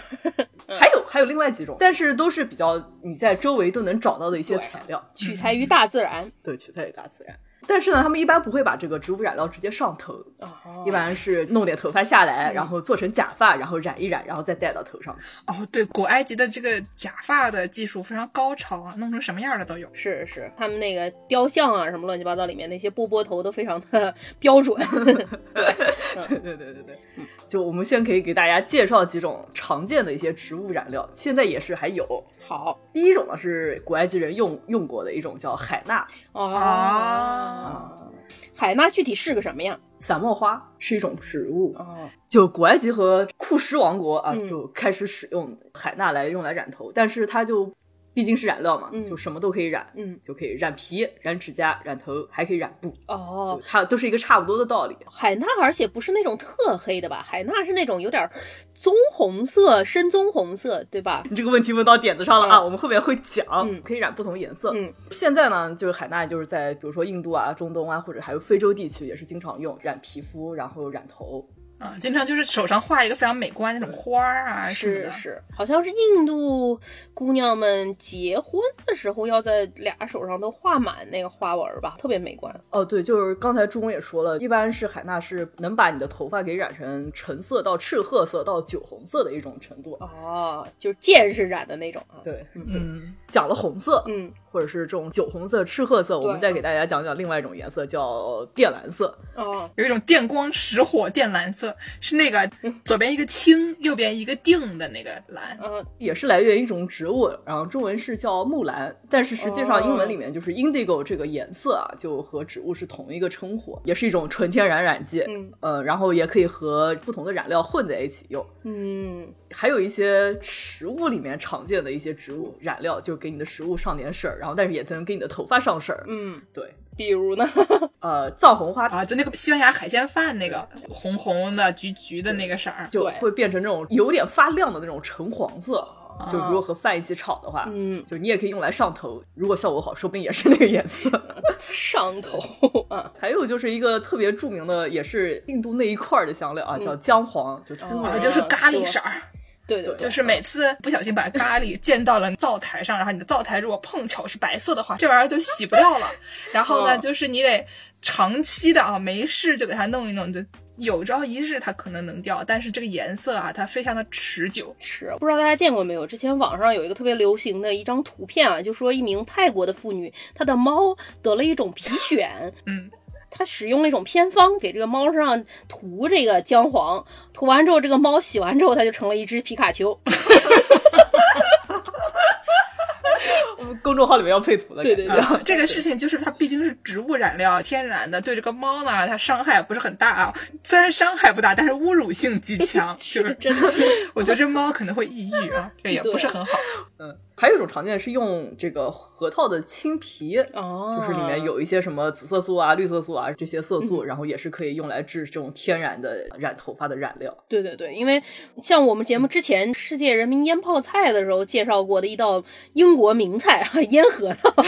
S4: 还有还有另外几种，但是都是比较你在周围都能找到的一些
S3: 对
S4: 材料，
S3: 取材于大自然
S4: 对，取材于大自然。但是呢，他们一般不会把这个植物染料直接上头，
S3: 啊
S4: 一般是弄点头发下来，然后做成假发，然后染一染，然后再戴到头上去。
S2: 哦，对，古埃及的这个假发的技术非常高超啊，弄成什么样的都有。
S3: 是是，他们那个雕像啊，什么乱七八糟里面那些波波头都非常的 [laughs] 标准。
S4: [laughs] 对对对对对，嗯就我们先可以给大家介绍几种常见的一些植物染料，现在也是还有。
S3: 好
S4: 第一种呢是古埃及人用用过的一种叫海啊娜
S3: 哦，海娜具体是个什么样？
S4: 散墨花，是一种植物。啊
S3: 哦，
S4: 就古埃及和库什王国啊，
S3: 嗯
S4: 就开始使用海娜来用来染头，但是它就毕竟是染料嘛，
S3: 嗯
S4: 就什么都可以染，
S3: 嗯，
S4: 就可以染皮、染指甲、染头，还可以染布，
S3: 哦
S4: 就，它都是一个差不多的道理。
S3: 海娜，而且不是那种特黑的吧？海娜是那种有点儿棕红色、深棕红色，对吧？
S4: 你这个问题问到点子上了啊，
S3: 嗯
S4: 我们后面会讲，
S3: 嗯
S4: 可以染不同颜色。
S3: 嗯
S4: 现在呢，就是海娜就是在比如说印度啊、中东啊，或者还有非洲地区也是经常用染皮肤，然后染头。
S2: 啊，经常就是手上画一个非常美观那种花儿啊什么
S3: 是
S2: 的，
S3: 是，好像是印度姑娘们结婚的时候要在俩手上都画满那个花纹儿吧，特别美观。
S4: 哦，对，就是刚才朱工也说了，一般是海娜是能把你的头发给染成橙色到赤褐色到酒红色的一种程度。啊
S3: 哦，就是剑士染的那种啊。
S4: 对，
S2: 嗯，
S4: 讲了红色，
S3: 嗯，
S4: 或者是这种酒红色、赤褐色，我
S3: 对嗯
S4: 们再给大家讲讲另外一种颜色，叫靛蓝色。
S3: 哦，
S2: 有一种电光石火靛蓝色，是那个左边一个青，右边一个定的那个蓝。
S3: 嗯、
S4: 也是来源于一种植物，然后中文是叫木兰，但是实际上
S3: 哦
S4: 英文里面就是 indigo 这个颜色啊，就和植物是同一个称呼，也是一种纯天然染剂。
S3: 嗯
S4: 呃，然后也可以和不同的染料混在一起用。
S3: 嗯，
S4: 还有一些食物里面常见的一些植物染料，就给你的食物上点色儿，然后但是也能给你的头发上色儿。
S3: 嗯，
S4: 对，
S3: 比如呢？
S4: 呃，藏红花
S2: 啊，就那个西班牙海鲜饭那个红红的、橘橘的那个色儿，
S4: 就
S3: 对
S4: 会变成那种有点发亮的那种橙黄色。就如果和饭一起炒的话，
S3: 哦嗯
S4: 就你也可以用来上头，如果效果好，说不定也是那个颜色。
S3: [laughs]
S4: [laughs]
S3: 上头啊，
S4: 还有就是一个特别著名的，也是印度那一块儿的香料啊，叫姜黄，就
S3: 嗯哦
S2: 啊
S4: 是
S2: 就是咖喱色儿，
S3: 对对
S4: 对
S2: 就是每次不小心把咖喱溅到了灶台上，然后你的灶台如果碰巧是白色的话，这玩意儿就洗不掉
S3: [laughs]
S2: 了。然后呢，
S3: 嗯
S2: 就是你得长期的啊，没事就给它弄一弄，就有朝一日它可能能掉，但是这个颜色啊，它非常的持
S3: [laughs]
S2: 久。
S3: 是，不知道大家见过没有？之前网上有一个特别流行的一张图片啊，就说一名泰国的妇女，她的猫得了一种皮癣，
S2: 嗯，
S3: 她使用了一种偏方，给这个猫身上涂这个姜黄，涂完之后，这个猫洗完之后，它就成了一只皮卡丘。
S4: 我们公众号里面要配图的，
S3: 对对对
S2: 啊，这个事情就是它毕竟是植物染料，天然的，对这个猫呢，它伤害不是很大啊。虽然伤害不大，但是侮辱性极
S3: [laughs]
S2: 强，就是
S3: 真的，
S2: 我觉得这猫可能会抑郁啊，这也不是很好。
S4: 嗯， [laughs] 还有一种常见是用这个核桃的青皮。
S3: 哦，
S4: 就是里面有一些什么紫色素啊、绿色素啊这些色
S3: 嗯
S4: 素，然后也是可以用来制这种天然的染头发的染料。
S3: 对对对，因为像我们节目之前世界人民腌泡菜的时候介绍过的一道英国名菜啊，腌核 [laughs] 桃，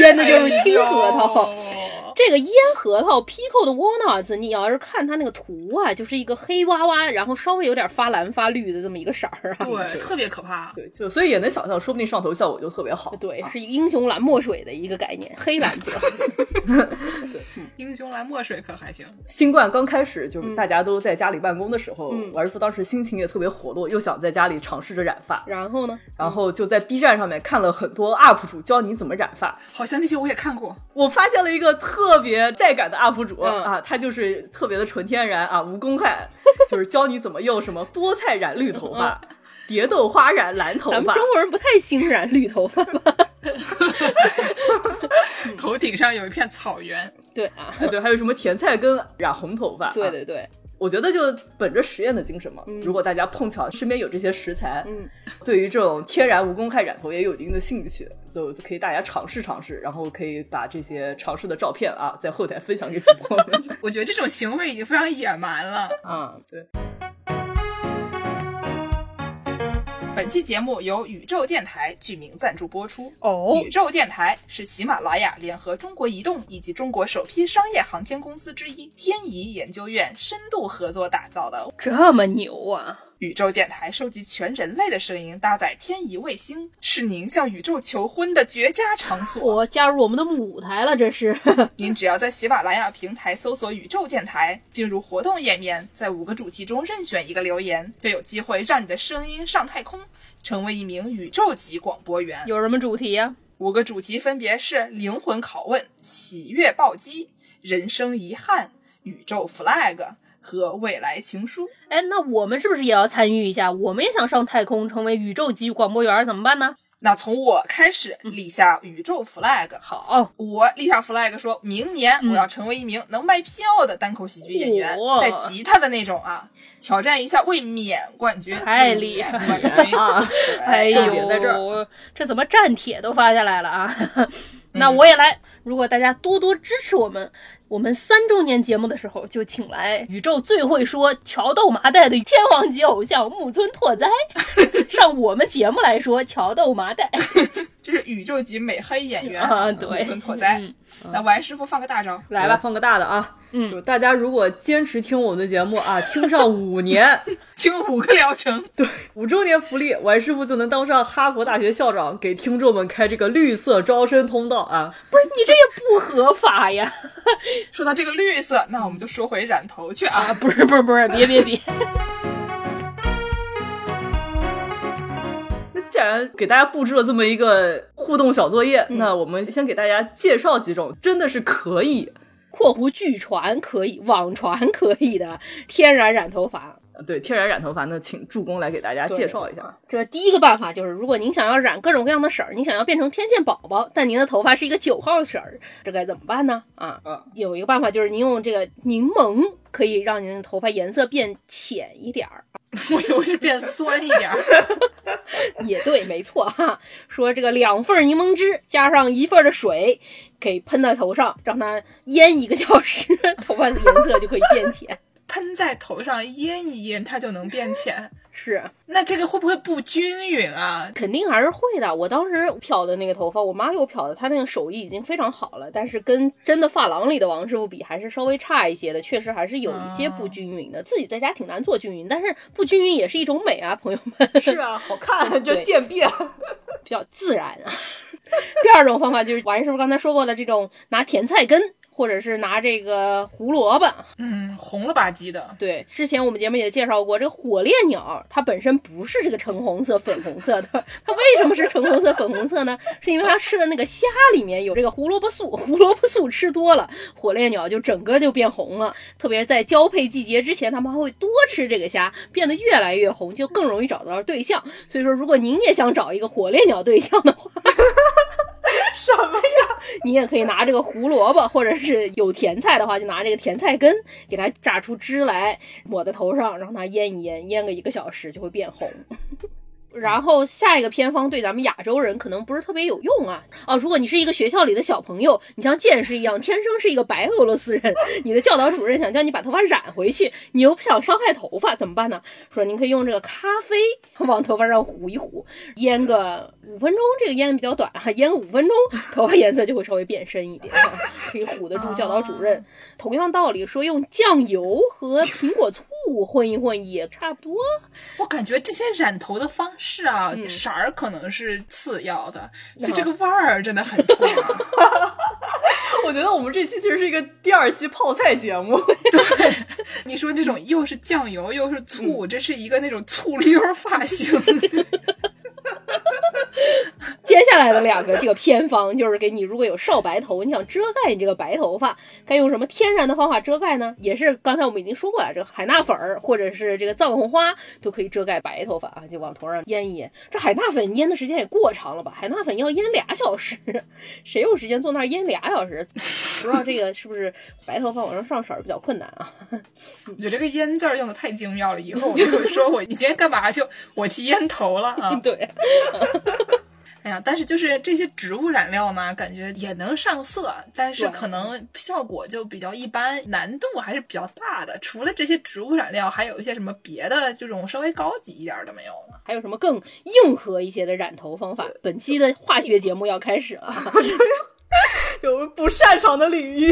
S3: 腌的就是青核桃。
S2: 哎
S3: 这个腌核桃 （pico 的 walnuts），你要是看它那个图啊，就是一个黑哇哇，然后稍微有点发蓝发绿的这么一个色儿啊。
S2: 呦，
S3: [laughs]
S2: 对，特别可怕。
S4: 对，就所以也能想象，说不定上头效果就特别好。
S3: 呃 [laughs] 对，
S4: 啊
S3: 是一个英雄蓝墨水的一个概念，黑蓝色。
S2: 英雄蓝墨水可还行？
S4: 新冠刚开始就是大家都在家里办公的时候，
S3: 嗯
S4: 我儿子当时心情也特别活络，又想在家里尝试着染发，
S3: 然后 [laughs] 呢？
S4: 然后就在 B 站上面看了很多 UP 主教你怎么染发。
S2: 好像那些我也看过，
S4: 我发现了一个特别带感的 UP 主、
S3: 嗯
S4: 啊，他就是特别的纯天然啊，无公害， [laughs] 就是教你怎么用什么菠菜染绿头发、蝶豆花染蓝头
S3: 嗯咱们
S4: 发。
S3: 中国人不太兴染绿头发吧？
S2: [laughs] 头顶上有一片草原。
S3: [laughs] 对啊，
S4: [laughs] 哎对，还有什么甜菜根染红头发？
S3: 对
S4: 啊，
S3: 对对，
S4: 我觉得就本着实验的精神嘛，
S3: 嗯
S4: 如果大家碰巧身边有这些食材，
S3: 嗯，
S4: 对于这种天然无公害染头也有一定的兴趣，就可以大家尝试尝试，然后可以把这些尝试的照片啊，在后台分享给主播们。
S3: [laughs]
S2: 我觉得这种行为已经非常野蛮了。
S3: 啊，
S2: 本期节目由宇宙电台剧名赞助播出。
S3: 哦
S2: 宇宙电台是喜马拉雅联合中国移动以及中国首批商业航天公司之一天仪研究院深度合作打造的。
S3: 这么牛啊！
S2: 宇宙电台收集全人类的声音，搭载天仪卫星，是您向宇宙求婚的绝佳场所。
S3: 我加入我们的舞台了，这是。
S2: 您只要在喜马拉雅平台搜索“宇宙电台”，进入活动页面，在五个主题中任选一个留言，就有机会让你的声音上太空，成为一名宇宙级广播员。
S5: [laughs] 有什么主题啊呀、
S2: 五个主题分别是灵魂拷问、喜悦暴击、人生遗憾、宇宙 flag 和未来情书。
S5: 哎，那我们是不是也要参与一下？我们也想上太空，成为宇宙级广播员儿，怎么办呢？
S2: 那从我开始立下宇宙 flag。
S5: 好，
S2: 我立下 flag 说，明年我要成为一名能卖票的单口喜剧演员，
S5: 嗯哇
S2: 带吉他的那种啊，挑战一下卫冕冠军，
S5: 太厉害
S2: 卫冕冠军
S4: 啊！
S5: 哎
S4: 重点在这
S5: 呦，这怎么站帖都发下来了啊？ [laughs] 那我也来。如果大家多多支持我们，我们三周年节目的时候就请来宇宙最会说乔豆麻袋的天王级偶像木村拓 [laughs] 哉上我们节目来说乔豆麻袋。
S2: 这是宇宙级美黑演员
S5: 啊对
S2: 木村拓哉。
S5: 嗯
S2: 那王师傅放个大招，
S5: 来
S4: 我
S5: 吧，
S4: 放个大的啊，
S5: 嗯
S4: 就是大家如果坚持听我们的节目啊，听上五年，
S2: 听五个疗程，
S4: 五周年福利，王师傅就能当上哈佛大学校长，给听众们开这个绿色招生通道啊！
S5: 不是你这也不合法呀！
S2: 说到这个绿色，那我们就说回染头去啊。
S5: 啊，不是不是不是，别别别，
S4: 那既然给大家布置了这么一个互动小作业，那我们先给大家介绍几种真的是可以，
S3: （括弧据传可以，网传可以的天然染头发）。
S4: 对天然染头发呢，请助攻来给大家介绍一下。
S3: 这第一个办法就是，如果您想要染各种各样的色儿，您想要变成天线宝宝，但您的头发是一个九号色儿，这该怎么办呢？啊
S4: 嗯，
S3: 有一个办法就是您用这个柠檬，可以让您的头发颜色变浅一点儿。
S2: 我以为是变酸一 [laughs] 点儿，
S3: 也对，没错哈。说这个两份儿柠檬汁加上一份儿的水，给喷在头上，让它腌一个小时，头发的颜色就可以变浅。
S2: 喷在头上腌一腌，它就能变浅。
S3: 是，
S2: 那这个会不会不均匀啊？
S3: 肯定还是会的。我当时漂的那个头发，我妈给我漂的，她那个手艺已经非常好了，但是跟真的发廊里的王师傅比，还是稍微差一些的，确实还是有一些不均匀
S4: 嗯
S3: 的。自己在家挺难做均匀，但是不均匀也是一种美啊，朋 [laughs] 友们，
S4: 是啊，好看，这
S3: 对
S4: 渐变。 [laughs]
S3: 比较自然啊。 [laughs] 第二种方法就是王师傅刚才说过的这种拿甜菜根。或者是拿这个胡萝卜，
S2: 嗯，红了吧唧的，
S3: 对，之前我们节目也介绍过，这个火烈鸟它本身不是这个橙红色、粉红色的， [laughs] 它为什么是橙红色、粉红色呢？是因为它吃的那个虾里面有这个胡萝卜素，胡萝卜素吃多了，火烈鸟就整个就变红了。特别是在交配季节之前，它们还会多吃这个虾，变得越来越红，就更容易找到对象。所以说，如果您也想找一个火烈鸟对象的话，
S4: 什么呀？
S3: 你也可以拿这个胡萝卜，或者是有甜菜的话，就拿这个甜菜根给它榨出汁来，抹在头上，让它腌一腌，腌个一个小时就会变红。然后下一个偏方对咱们亚洲人可能不是特别有用啊啊！如果你是一个学校里的小朋友，你像剑士一样天生是一个白俄罗斯人， [laughs] 你的教导主任想叫你把头发染回去，你又不想伤害头发，怎么办呢？说您可以用这个咖啡往头发上糊一糊，腌个五分钟，这个腌的比较短哈，腌个五分钟，头发颜色就会稍微变深一点，啊可以唬得住教导主任。同样道理，说用酱油和苹果醋混一混也差不多。
S2: 我感觉这些染头的方式啊，
S3: 嗯
S2: 色儿可能是次要的，
S3: 那
S2: 就这个味儿真的很重啊
S3: [laughs]
S2: 要。
S4: 我觉得我们这期其实是一个第二期泡菜节目，
S2: 你说这种又是酱油又是
S3: 嗯
S2: 醋，这是一个那种醋溜儿发型， [laughs]
S3: 接下来的两个这个偏方就是给你，如果有少白头，你想遮盖你这个白头发，该用什么天然的方法遮盖呢？也是刚才我们已经说过了，这个海纳粉儿或者是这个藏红花都可以遮盖白头发啊，就往头上腌一腌。这海纳粉腌的时间也过长了吧？海纳粉要腌俩小时，谁有时间坐那儿腌俩小时？不知道这个是不是白头发往上上色儿比较困难啊？
S2: 我觉得这个“腌”字儿用的太精妙了，以后我就会说我你今天干嘛去？我去腌头了啊！
S3: 对，
S2: 哎呀，但是就是这些植物染料呢，感觉也能上色，但是
S3: 对
S2: 可能效果就比较一般，难度还是比较大的。除了这些植物染料，还有一些什么别的这种稍微高级一点儿的没有呢？
S3: 还有什么更硬核一些的染头方法？本期的化学节目要开始了。
S4: 有不擅长的领 [laughs] 域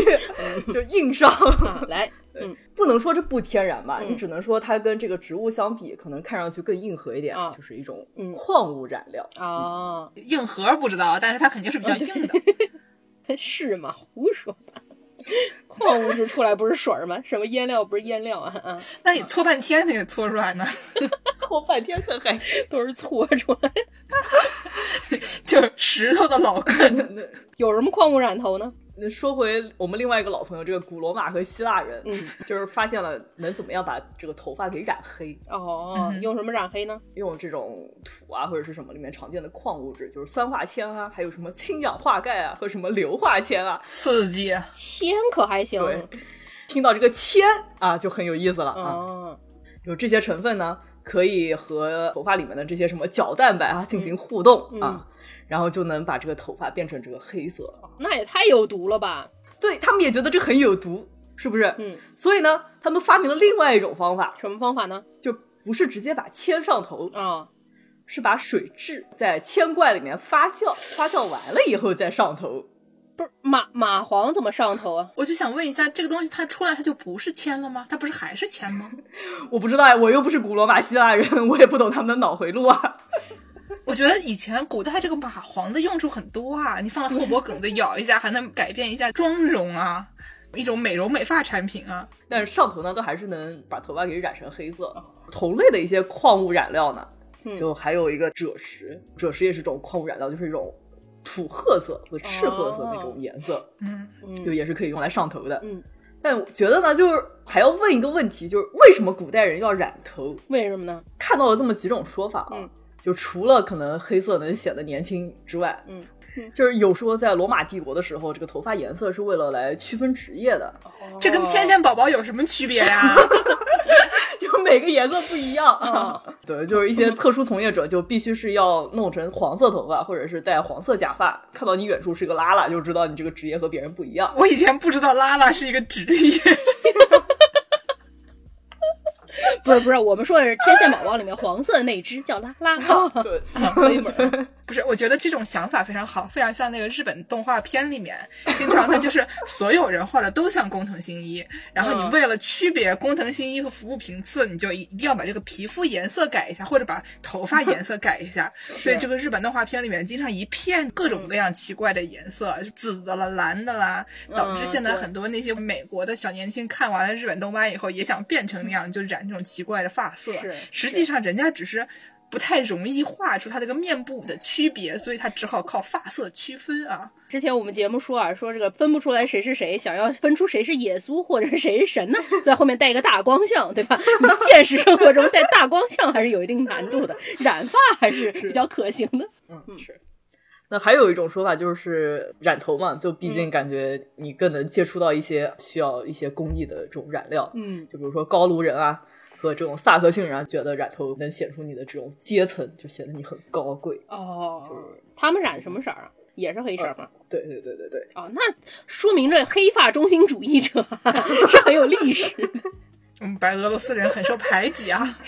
S4: 就硬伤。
S3: 啊，来，嗯，
S4: 不能说这不天然吧，
S3: 嗯
S4: 你只能说它跟这个植物相比，可能看上去更硬核一点，
S3: 啊
S4: 就是一种
S3: 嗯
S4: 矿物染 [laughs] 料。
S3: 哦，
S2: 硬核儿不知道，但是它肯定是比较硬的。 [laughs]
S3: 是吗？胡说的。矿物质出来不是水儿吗？什么腌料不是腌料啊？啊，
S2: 那你搓半天才给搓出来呢， [laughs]
S4: 搓半天很害羞，
S3: 都是搓出来。
S2: 就是石头的老根。
S3: 有什么矿物染头呢？
S4: 那说回我们另外一个老朋友，这个古罗马和希腊人，
S3: 嗯，
S4: 就是发现了能怎么样把这个头发给染黑，
S3: 哦，
S2: 嗯
S3: 用什么染黑呢？
S4: 用这种土啊或者是什么里面常见的矿物质，就是酸化铅啊，还有什么氢氧化钙啊和什么硫化铅啊。
S2: 刺激，
S3: 铅可还行。
S4: 对， [laughs] 听到这个铅啊就很有意思了啊。
S3: 哦，
S4: 有这些成分呢，可以和头发里面的这些什么角蛋白啊进行互动、
S3: 嗯
S4: 啊，然后就能把这个头发变成这个黑色。
S2: 啊
S3: 那也太有毒了吧？
S4: 对他们也觉得这很有毒，是不是？
S3: 嗯，
S4: 所以呢，他们发明了另外一种方法，
S3: 什么方法呢？
S4: 就不是直接把铅上头，
S3: 哦，
S4: 是把水蛭在铅罐里面发酵，发酵完了以后再上头。
S3: 不是蚂蚂蟥怎么上头啊？
S2: 我就想问一下，这个东西它出来它就不是铅了吗？它不是还是铅吗？ [laughs]
S4: 我不知道呀，我又不是古罗马希腊人， [laughs] 我也不懂他们的脑回路啊。
S2: 我觉得以前古代这个蚂蟥的用处很多啊，你放在后脖梗子咬一下，还能改变一下妆容啊，一种美容美发产品啊。
S4: 但是上头呢，都还是能把头发给染成黑色。同类的一些矿物染料呢，
S3: 嗯
S4: 就还有一个赭石，赭石也是种矿物染料，就是一种土褐色和赤褐色那种颜色，
S2: 嗯，
S4: 就
S3: 哦嗯
S4: 也是可以用来上头的。
S3: 嗯，
S4: 但我觉得呢，就是还要问一个问题，就是为什么古代人要染头？
S3: 为什么呢？
S4: 看到了这么几种说法啊。
S3: 嗯
S4: 就除了可能黑色能显得年轻之外，
S3: 嗯嗯
S4: 就是有说在罗马帝国的时候，这个头发颜色是为了来区分职业的，
S2: 这
S3: 哦
S2: 跟天线宝宝有什么区别呀、
S4: [laughs]
S2: [laughs]
S4: 就每个颜色不一样 [laughs] 啊。
S3: 啊，
S4: 对，就是一些特殊从业者就必须是要弄成黄色头发，或者是戴黄色假发。看到你远处是个拉拉，就知道你这个职业和别人不一 [laughs] 样。
S2: 我以前不知道拉拉是一个职业，
S3: 不是不是，我们说的是《天线宝宝》里面黄色的那只叫拉拉
S2: [laughs]
S3: 啊，
S4: 对，
S3: 推门儿
S2: 不是，我觉得这种想法非常好，非常像那个日本动画片里面，经常他就是所有人画的都像工藤新一，然后你
S3: 嗯
S2: 为了区别工藤新一和服部平次，你就一定要把这个皮肤颜色改一下，或者把头发颜色改一
S3: [laughs]
S2: 下。所以这个日本动画片里面经常一片各种各样奇怪的颜色，紫的啦、蓝的啦，导致
S3: 嗯
S2: 现在
S3: 对
S2: 很多那些美国的小年轻看完了日本动漫以后，也想变成那样，就染这种奇怪的发色。
S3: 是
S2: 实际上人家只是不太容易画出他这个面部的区别，所以他只好靠发色区分啊。
S3: 之前我们节目说啊，说这个分不出来谁是谁，想要分出谁是耶稣或者是谁是神呢，在后面带一个大光像，对吧？你现实生活中带大光像还是有一定难度的，染发还是比较可行的。
S4: 嗯是。那还有一种说法就是染头嘛，就毕竟感觉你更能接触到一些需要一些工艺的这种染料，
S3: 嗯，
S4: 就比如说高卢人啊和这种萨克逊人啊，觉得染头能显出你的这种阶层，就显得你很高贵。
S3: 哦，他们染什么色儿啊？也是黑色吗？
S4: 对对对对对，
S3: 哦，那说明这黑发中心主义者 [laughs] 是很有历史的。
S2: 嗯，白俄罗斯人很受排挤啊。 [laughs]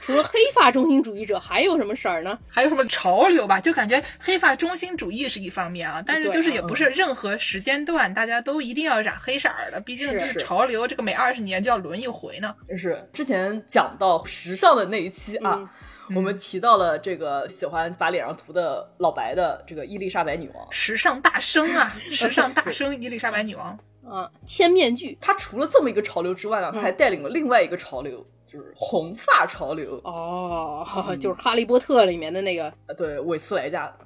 S3: 除了黑发中心主义者，还有什么色儿呢？
S2: 还有什么潮流吧？就感觉黑发中心主义是一方面啊，但是
S3: 对
S2: 就是也不是任何时间段大家都一定要染黑色儿的，毕竟
S3: 是
S2: 就是
S4: 是
S2: 潮流，这个每二十年就要轮一回呢。
S4: 就是之前讲到时尚的那一期啊，我们提到了这个喜欢把脸上涂的老白的这个伊丽莎白女王，
S2: 时尚大生 [laughs] 啊，时尚大生伊丽莎白女王。
S3: 啊，千面具。
S4: 她除了这么一个潮流之外呢，她还带领了另外一个潮流，就是红发潮流。嗯
S3: 哦，就是《哈利波特》里面的那个
S4: 呃对，韦斯莱加的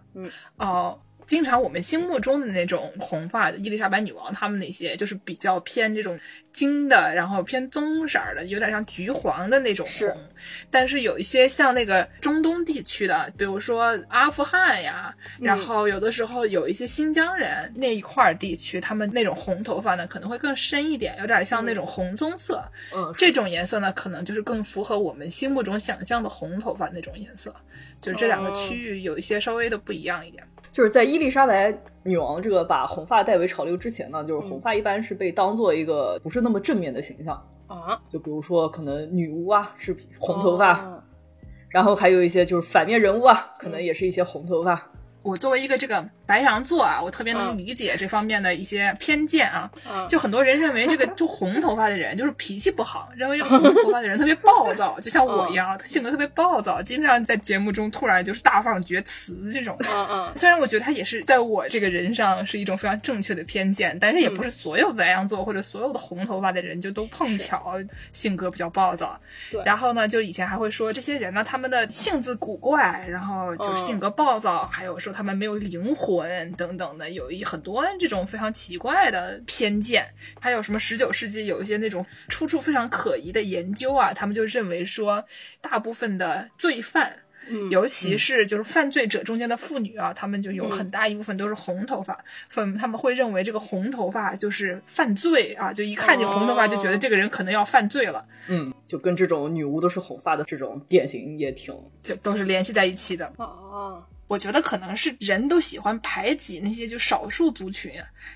S2: 哦，经常我们心目中的那种红发的伊丽莎白女王，她们那些就是比较偏这种金的，然后偏棕色儿的，有点像橘黄的那种
S3: 是
S2: 红。但是有一些像那个中东地区的，比如说阿富汗呀，
S3: 嗯
S2: 然后有的时候有一些新疆人那一块儿地区，他们那种红头发呢可能会更深一点，有点像那种红棕色。
S4: 嗯
S2: 这种颜色呢，可能就是更符合我们心目中想象的红头发那种颜色。就是这两个
S3: 哦
S2: 区域有一些稍微的不一样一点。
S4: 就是在伊丽莎白女王这个把红发带为潮流之前呢，就是红发一般是被当做一个不是那么正面的形象，
S3: 啊，
S4: 就比如说可能女巫啊是红头发，
S3: 哦
S4: 然后还有一些就是反面人物啊，可
S3: 嗯
S4: 能也是一些红头发。
S2: 我作为一个这个白羊座啊，我特别能
S3: 嗯
S2: 理解这方面的一些偏见啊。
S3: 嗯
S2: 就很多人认为这个就红头发的人就是脾气不好，认为这个红头发的人特别暴躁，就像我一样，
S3: 嗯
S2: 性格特别暴躁，经常在节目中突然就是大放厥词这种。
S3: 嗯嗯，
S2: 虽然我觉得他也是在我这个人上是一种非常正确的偏见，但是也不是所有白羊座或者所有的红头发的人就都碰巧性格比较暴躁。
S3: 对
S2: 然后呢，就以前还会说这些人呢，他们的性子古怪，然后就是性格暴躁，还有说他们没有灵魂等等的，有一很多这种非常奇怪的偏见。还有什么十九世纪有一些那种出处非常可疑的研究啊，他们就认为说，大部分的罪犯。
S3: 嗯
S2: 尤其是就是犯罪者中间的妇女啊，他们就有很大一部分都是红头发，所以他们会认为这个红头发就是犯罪啊，就一看见红头发就觉得
S3: 哦
S2: 这个人可能要犯罪了，
S4: 嗯，就跟这种女巫都是红发的这种典型也挺，
S2: 就都是联系在一起的。
S3: 哦，
S2: 我觉得可能是人都喜欢排挤那些就少数族群，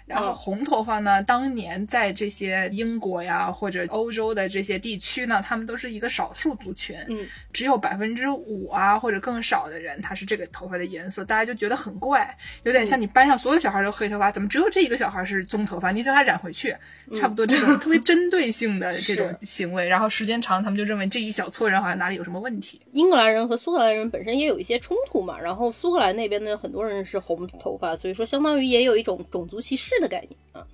S2: 然后
S3: 嗯
S2: 红头发呢，当年在这些英国呀或者欧洲的这些地区呢，他们都是一个少数族群，
S3: 嗯，
S2: 只有百分之五啊或者更少的人他是这个头发的颜色，大家就觉得很怪，有点像你班上所有小孩都黑头发，怎么只有这一个小孩是棕头发？你想他染回去，差不多这种特别针对性的这种行为，然后时间长，他们就认为这一小撮人好像哪里有什么问题。
S3: 英格兰人和苏格兰人本身也有一些冲突嘛，然后苏格兰那边的很多人是红头发，所以说相当于也有一种种族歧视的概念啊。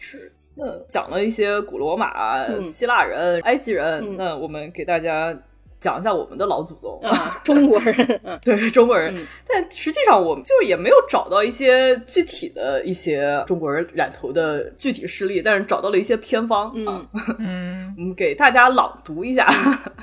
S4: 那讲了一些古罗马、
S3: 嗯
S4: 希腊人、埃及人，
S3: 嗯
S4: 那我们给大家讲一下我们的老祖宗，
S3: 啊，中国人，嗯
S4: 对中国人。
S3: 嗯
S4: 但实际上，我们就也没有找到一些具体的一些中国人染头的具体事例，但是找到了一些偏方、啊
S3: 嗯，
S2: 嗯，
S4: 我们给大家朗读一下。 [laughs]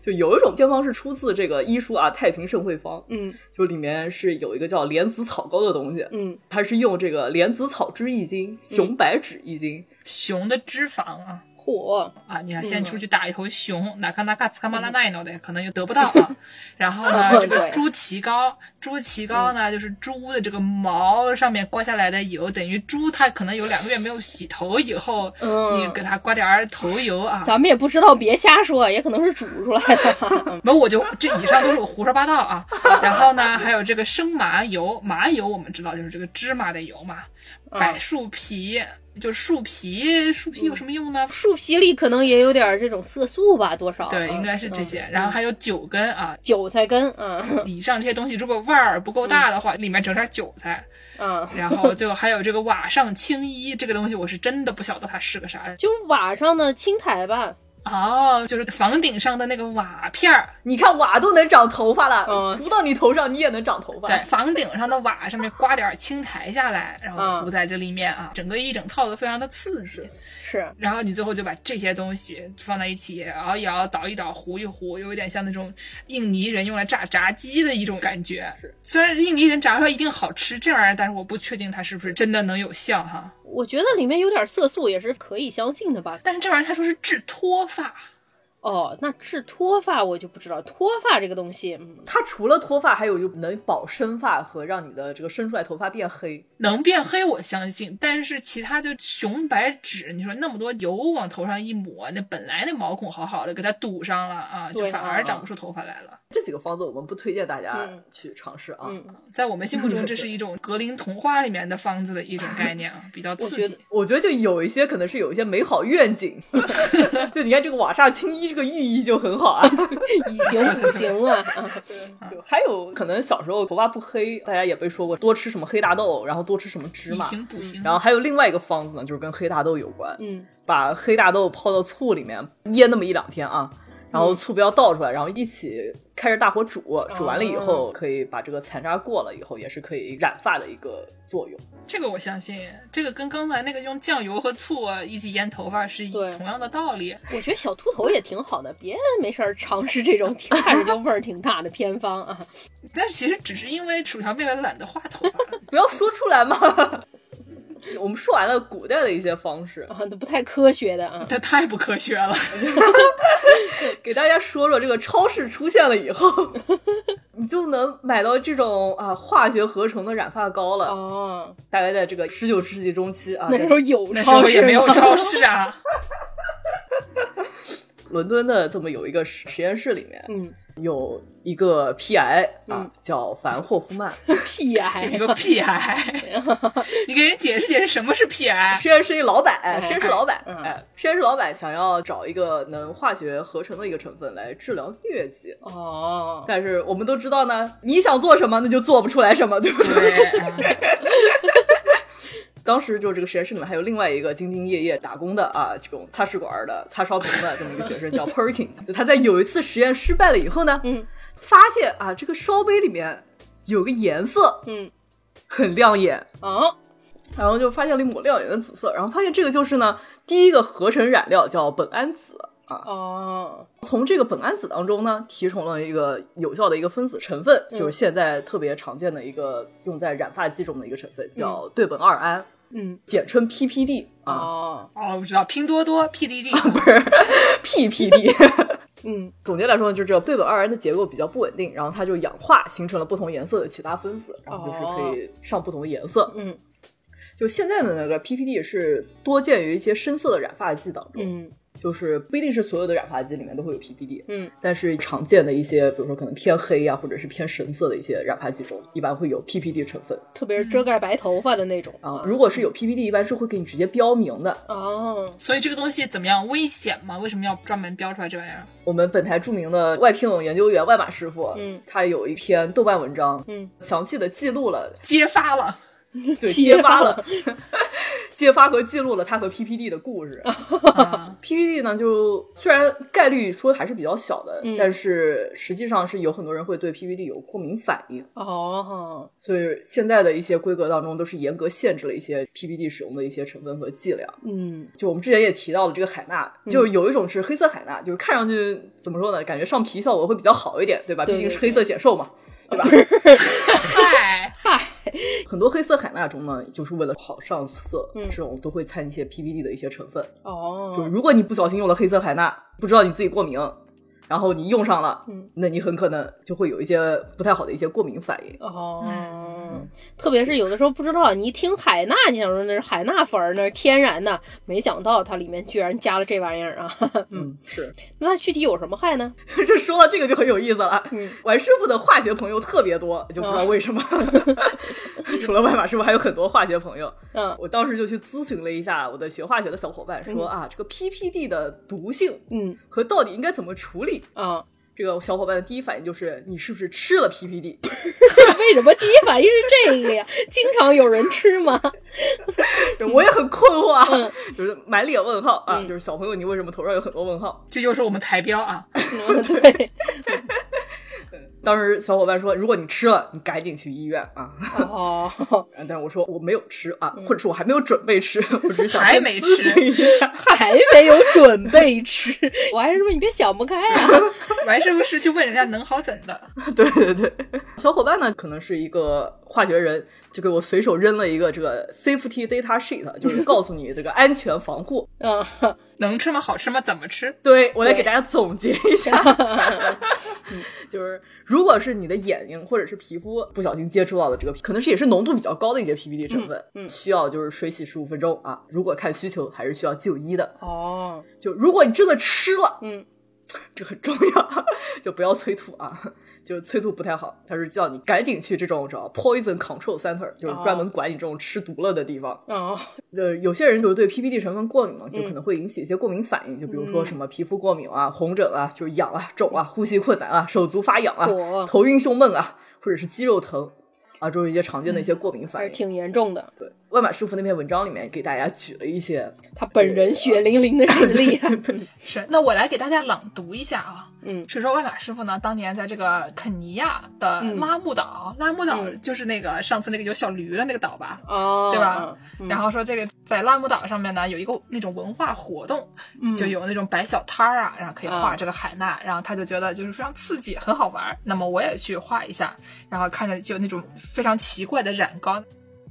S4: 就有一种偏方是出自这个医书啊，《太平盛会方》，
S3: 嗯
S4: 就里面是有一个叫莲子草膏的东西，
S3: 嗯，
S4: 它是用这个莲子草汁一斤、熊白芷一斤、
S2: 熊的脂肪啊，
S3: 嚯，
S2: 啊，你要
S3: 嗯
S2: 先出去打一头熊，哪看那嘎斯卡马拉奈诺的，可能就得不到
S3: [laughs]
S2: 啊。然后呢，这个
S3: 嗯对嗯
S2: 猪蹄膏，猪蹄膏呢，就是猪的这个毛上面刮下来的油，等于猪它可能有两个月没有洗头以后，
S3: 嗯
S2: 你给它刮点儿头油啊。
S3: 咱们也不知道，别瞎说，也可能是煮出来的。
S2: 不，我就这以上都是我胡说八道
S3: [laughs]
S2: 啊。然后呢，还有这个生麻油，麻油我们知道就是这个芝麻的油嘛，
S3: 嗯
S2: 柏树皮。就树皮，树皮有什么用呢？
S3: 树皮里可能也有点这种色素吧，多少？
S2: 对，
S3: 嗯
S2: 应该是这些。然后还有酒根啊，
S3: 韭菜根，嗯
S2: 以上这些东西如果味儿不够大的话，里面整点韭菜，
S3: 嗯，
S2: 然后就还有这个瓦上青衣这个东西，我是真的不晓得它是个啥。
S3: 就是瓦上的青苔吧，
S2: 哦，就是房顶上的那个瓦片儿，
S4: 你看瓦都能长头发了，
S3: 嗯
S4: 涂到你头上你也能长头发。
S2: 对，房顶上的瓦上面刮点青苔下来，然后
S3: 嗯
S2: 糊在这里面啊，整个一整套都非常的刺激。
S3: 是，
S2: 然后你最后就把这些东西放在一起熬一熬、捣一捣、糊一糊，有一点像那种印尼人用来炸炸鸡的一种感觉。虽然印尼人炸出来一定好吃这玩意儿，但是我不确定它是不是真的能有效哈。
S3: 我觉得里面有点色素也是可以相信的吧。
S2: 但是这玩意儿他说是治脱发，
S3: 哦，那治脱发我就不知道，脱发这个东西，嗯，
S4: 它除了脱发，还有就能保生发和让你的这个生出来头发变黑。
S2: 能变黑我相信，但是其他就熊白纸，你说那么多油往头上一抹，那本来那毛孔好好的，给它堵上了啊，就
S3: 对
S2: 反
S3: 啊
S2: 而长不出头发来了。
S4: 这几个方子我们不推荐大家
S3: 嗯
S4: 去尝试啊。
S3: 嗯
S2: 在我们心目中，这是一种格林童话里面的方子的一种概念
S3: [laughs]
S2: 啊，比较刺
S3: 我觉
S2: 激
S3: 得。
S4: 我觉得就有一些可能是有一些美好愿景， [laughs] 就你看这个瓦煞青衣这个寓意就很好啊。
S3: 以形补形啊， [laughs] 嗯
S4: 就还有可能小时候头发不黑，大家也被说过多吃什么黑大豆，然后多吃什么芝
S2: 以
S4: 麻。
S2: 形补形，
S4: 然后还有另外一个方子呢，就是跟黑大豆有关，
S3: 嗯，
S4: 把黑大豆泡到醋里面腌那么一两天啊，然后醋不要倒出来，然后一起开着大火煮，煮完了以后可以把这个残渣过了以后，也是可以染发的一个作用。
S2: 这个我相信，这个跟刚才那个用酱油和醋啊一起腌头发是一
S3: 对
S2: 同样的道理。
S3: 我觉得小秃头也挺好的，别没事儿尝试这种看着就味儿挺大的偏方啊。
S2: 但其实只是因为薯条妹妹懒得画头发， [laughs]
S4: 不要说出来嘛。 [laughs] 我们说完了古代的一些方式，
S3: 啊，都不太科学的啊。
S2: 她太不科学了。
S4: 给大家说说这个超市出现了以后， [laughs] 你就能买到这种啊化学合成的染发膏了。
S3: 哦，
S4: 大概在这个十九世纪中期啊，
S3: 那时候有
S2: 那时
S3: 超
S2: 候也
S3: 市
S2: 没有
S3: 吗
S2: 超市啊。
S4: 伦敦的这么有一个实实验室里面
S3: 嗯
S4: 有一个 PI 啊，
S3: 嗯
S4: 叫凡霍
S3: [laughs]
S4: 夫曼。
S3: 屁
S2: 有
S3: 癌
S2: [laughs] 一个屁癌，你给人解释解释什么是屁癌？
S4: 实验室一老板，哎
S3: 嗯
S4: 实验室老板，
S3: 嗯
S4: 哎，实验室老板想要找一个能化学合成的一个成分来治疗疟疾，
S3: 哦，
S4: 但是我们都知道呢，你想做什么，那就做不出来什么，对不对？
S2: [laughs] 对，啊
S4: 当时就这个实验室里面还有另外一个兢兢业业打工的啊，这种擦拭管的、擦烧瓶的这么一个学生叫 Perkin，就他在有一次实验失败了以后呢，
S3: 嗯，
S4: 发现啊这个烧杯里面有个颜色
S3: 嗯
S4: 很亮眼，
S3: 啊，
S4: 然后就发现了一抹亮眼的紫色，然后发现这个就是呢第一个合成染料叫苯胺紫。
S3: 哦，
S4: 从这个苯胺紫当中呢，提纯了一个有效的一个分子成分，
S3: 嗯
S4: 就是现在特别常见的一个用在染发剂中的一个成分，叫对苯二胺，
S3: 嗯，
S4: 简称 PPD 啊。
S3: 哦，
S2: [laughs] 哦，我知道拼多多 [laughs] PDD，
S4: PPD。
S3: 嗯，
S4: 总结来说呢，就是这个对苯二胺的结构比较不稳定，然后它就氧化形成了不同颜色的其他分子，然后
S3: 哦
S4: 就是可以上不同的颜色。
S3: 嗯
S4: 就现在的那个 PPD 是多见于一些深色的染发剂当中，
S3: 嗯
S4: 就是不一定是所有的染发剂里面都会有 PPD，
S3: 嗯，
S4: 但是常见的一些，比如说可能偏黑呀、或者是偏深色的一些染发剂中，一般会有 PPD 成分
S3: 特
S2: 嗯
S3: 别是遮盖白头发的那种。
S4: 啊。如果是有 PPD，一般是会给你直接标明的，
S3: 哦，
S2: 所以这个东西怎么样？危险吗？为什么要专门标出来这玩意儿？
S4: 我们本台著名的外聘研究员外马师傅，
S3: 嗯
S4: 他有一篇豆瓣文章，
S3: 嗯，
S4: 详细的记录了，
S2: 揭发 [laughs] 了，
S4: [laughs] 对，
S3: 揭
S4: 揭发
S3: 发
S4: 了， [laughs] 揭发和记录了他和 PPD 的故事。
S2: 啊
S4: PPD 呢，就虽然概率说还是比较小的，
S3: 嗯
S4: 但是实际上是有很多人会对 PPD 有过敏反应，
S3: 哦，
S4: 所以现在的一些规格当中都是严格限制了一些 PPD 使用的一些成分和剂量。
S3: 嗯，
S4: 就我们之前也提到了这个海娜，就是有一种是黑色海娜，就是看上去怎么说呢，感觉上皮效果会比较好一点，对吧？
S3: 对
S4: 毕竟
S3: 对
S4: 是黑色显瘦嘛。
S2: 嗨，
S3: 嗨，
S4: 很多黑色海娜中呢，就是为了好上色，
S3: 嗯
S4: 这种都会掺一些 PVD 的一些成分。就
S3: 哦，
S4: 如果你不小心用了黑色海娜，不知道你自己过敏，然后你用上了，
S3: 嗯
S4: 那你很可能就会有一些不太好的一些过敏反应。
S3: 哦，特别是有的时候不知道，你一听海娜，你想说那是海娜粉儿，那是天然的，没想到它里面居然加了这玩意儿啊！ [laughs] 嗯，
S4: 嗯，是，
S3: 那它具体有什么害呢？
S4: [laughs] 这说到这个就很有意思了。
S3: 嗯
S4: 玩师傅的化学朋友特别多，就不知道为什么。 [laughs] 除了万法师傅，还有很多化学朋友。
S3: 嗯
S4: 我当时就去咨询了一下我的学化学的小伙伴，说
S3: 嗯
S4: 啊，这个 PPD 的毒性
S3: 嗯
S4: 和到底应该怎么处理？
S3: 啊，
S4: 这个小伙伴的第一反应就是你是不是吃了 PPD？
S3: 为什么第一反应是这个呀？经常有人吃吗？ [laughs]
S4: [laughs] 我也很困惑啊，
S3: 嗯
S4: 就是满脸问号啊，
S3: 嗯
S4: 就是小朋友你为什么头上有很多问号？
S2: 这就是我们台标啊，
S3: 嗯对，
S4: 当时小伙伴说，如果你吃了，你赶紧去医院啊。 [laughs]
S3: 哦，
S4: 但是我说我没有吃啊，或者是我还没有准备吃， [laughs] 我只是想
S2: 还
S4: 先
S2: 没
S4: 咨询一下。 [laughs]
S3: 还没有准备吃，我还是说你别想不开啊。
S2: 完师傅是去问人家能好怎的，
S4: 对对对，小伙伴呢可能是一个化学人，就给我随手扔了一个这个 safety data sheet，就是告诉你这个安全防护。
S3: 嗯，
S2: 能吃吗？好吃吗？怎么吃？
S4: 对我来
S3: 对
S4: 给大家总结
S3: [laughs]
S4: 一下，就是如果是你的眼睛或者是皮肤不小心接触到的这个，可能是也是浓度比较高的一些 PVD 成分，
S3: 嗯嗯
S4: 需要就是水洗十五分钟啊。如果看需求，还是需要就医的。
S3: 哦，
S4: 就如果你真的吃了，
S3: 嗯，
S4: 这很重要，就不要催吐啊，就是催吐不太好。他是叫你赶紧去这种叫 poison control center，就是专门管你这种吃毒了的地方。
S3: 哦，
S4: 就有些人就是对 PPD 成分过敏嘛，就
S3: 嗯
S4: 可能会引起一些过敏反应，就比如说
S3: 嗯
S4: 什么皮肤过敏啊、红疹啊、就是痒啊、肿啊、呼吸困难啊、手足发痒啊、
S3: 我
S4: 头晕胸闷啊，或者是肌肉疼啊，这是一些常见的一些过敏
S3: 还
S4: 反
S3: 是
S4: 应。
S3: 挺严重的。
S4: 对，万马师傅那篇文章里面给大家举了一些
S3: 他本人血淋淋的实力。啊
S2: 是，那我来给大家朗读一下啊。
S3: 嗯
S2: 水手万法师傅呢，当年在这个肯尼亚的拉木岛，拉木岛就是那个上次那个有小驴的那个岛吧。
S3: 哦，
S2: 对吧
S3: 嗯？
S2: 然后说这个在拉木岛上面呢，有一个那种文化活动，
S3: 嗯
S2: 就有那种摆小摊儿啊，然后可以
S3: 啊
S2: 画这个海娜，然后他就觉得就是非常刺激，很好玩儿。那么我也去画一下，然后看着就有那种非常奇怪的染膏。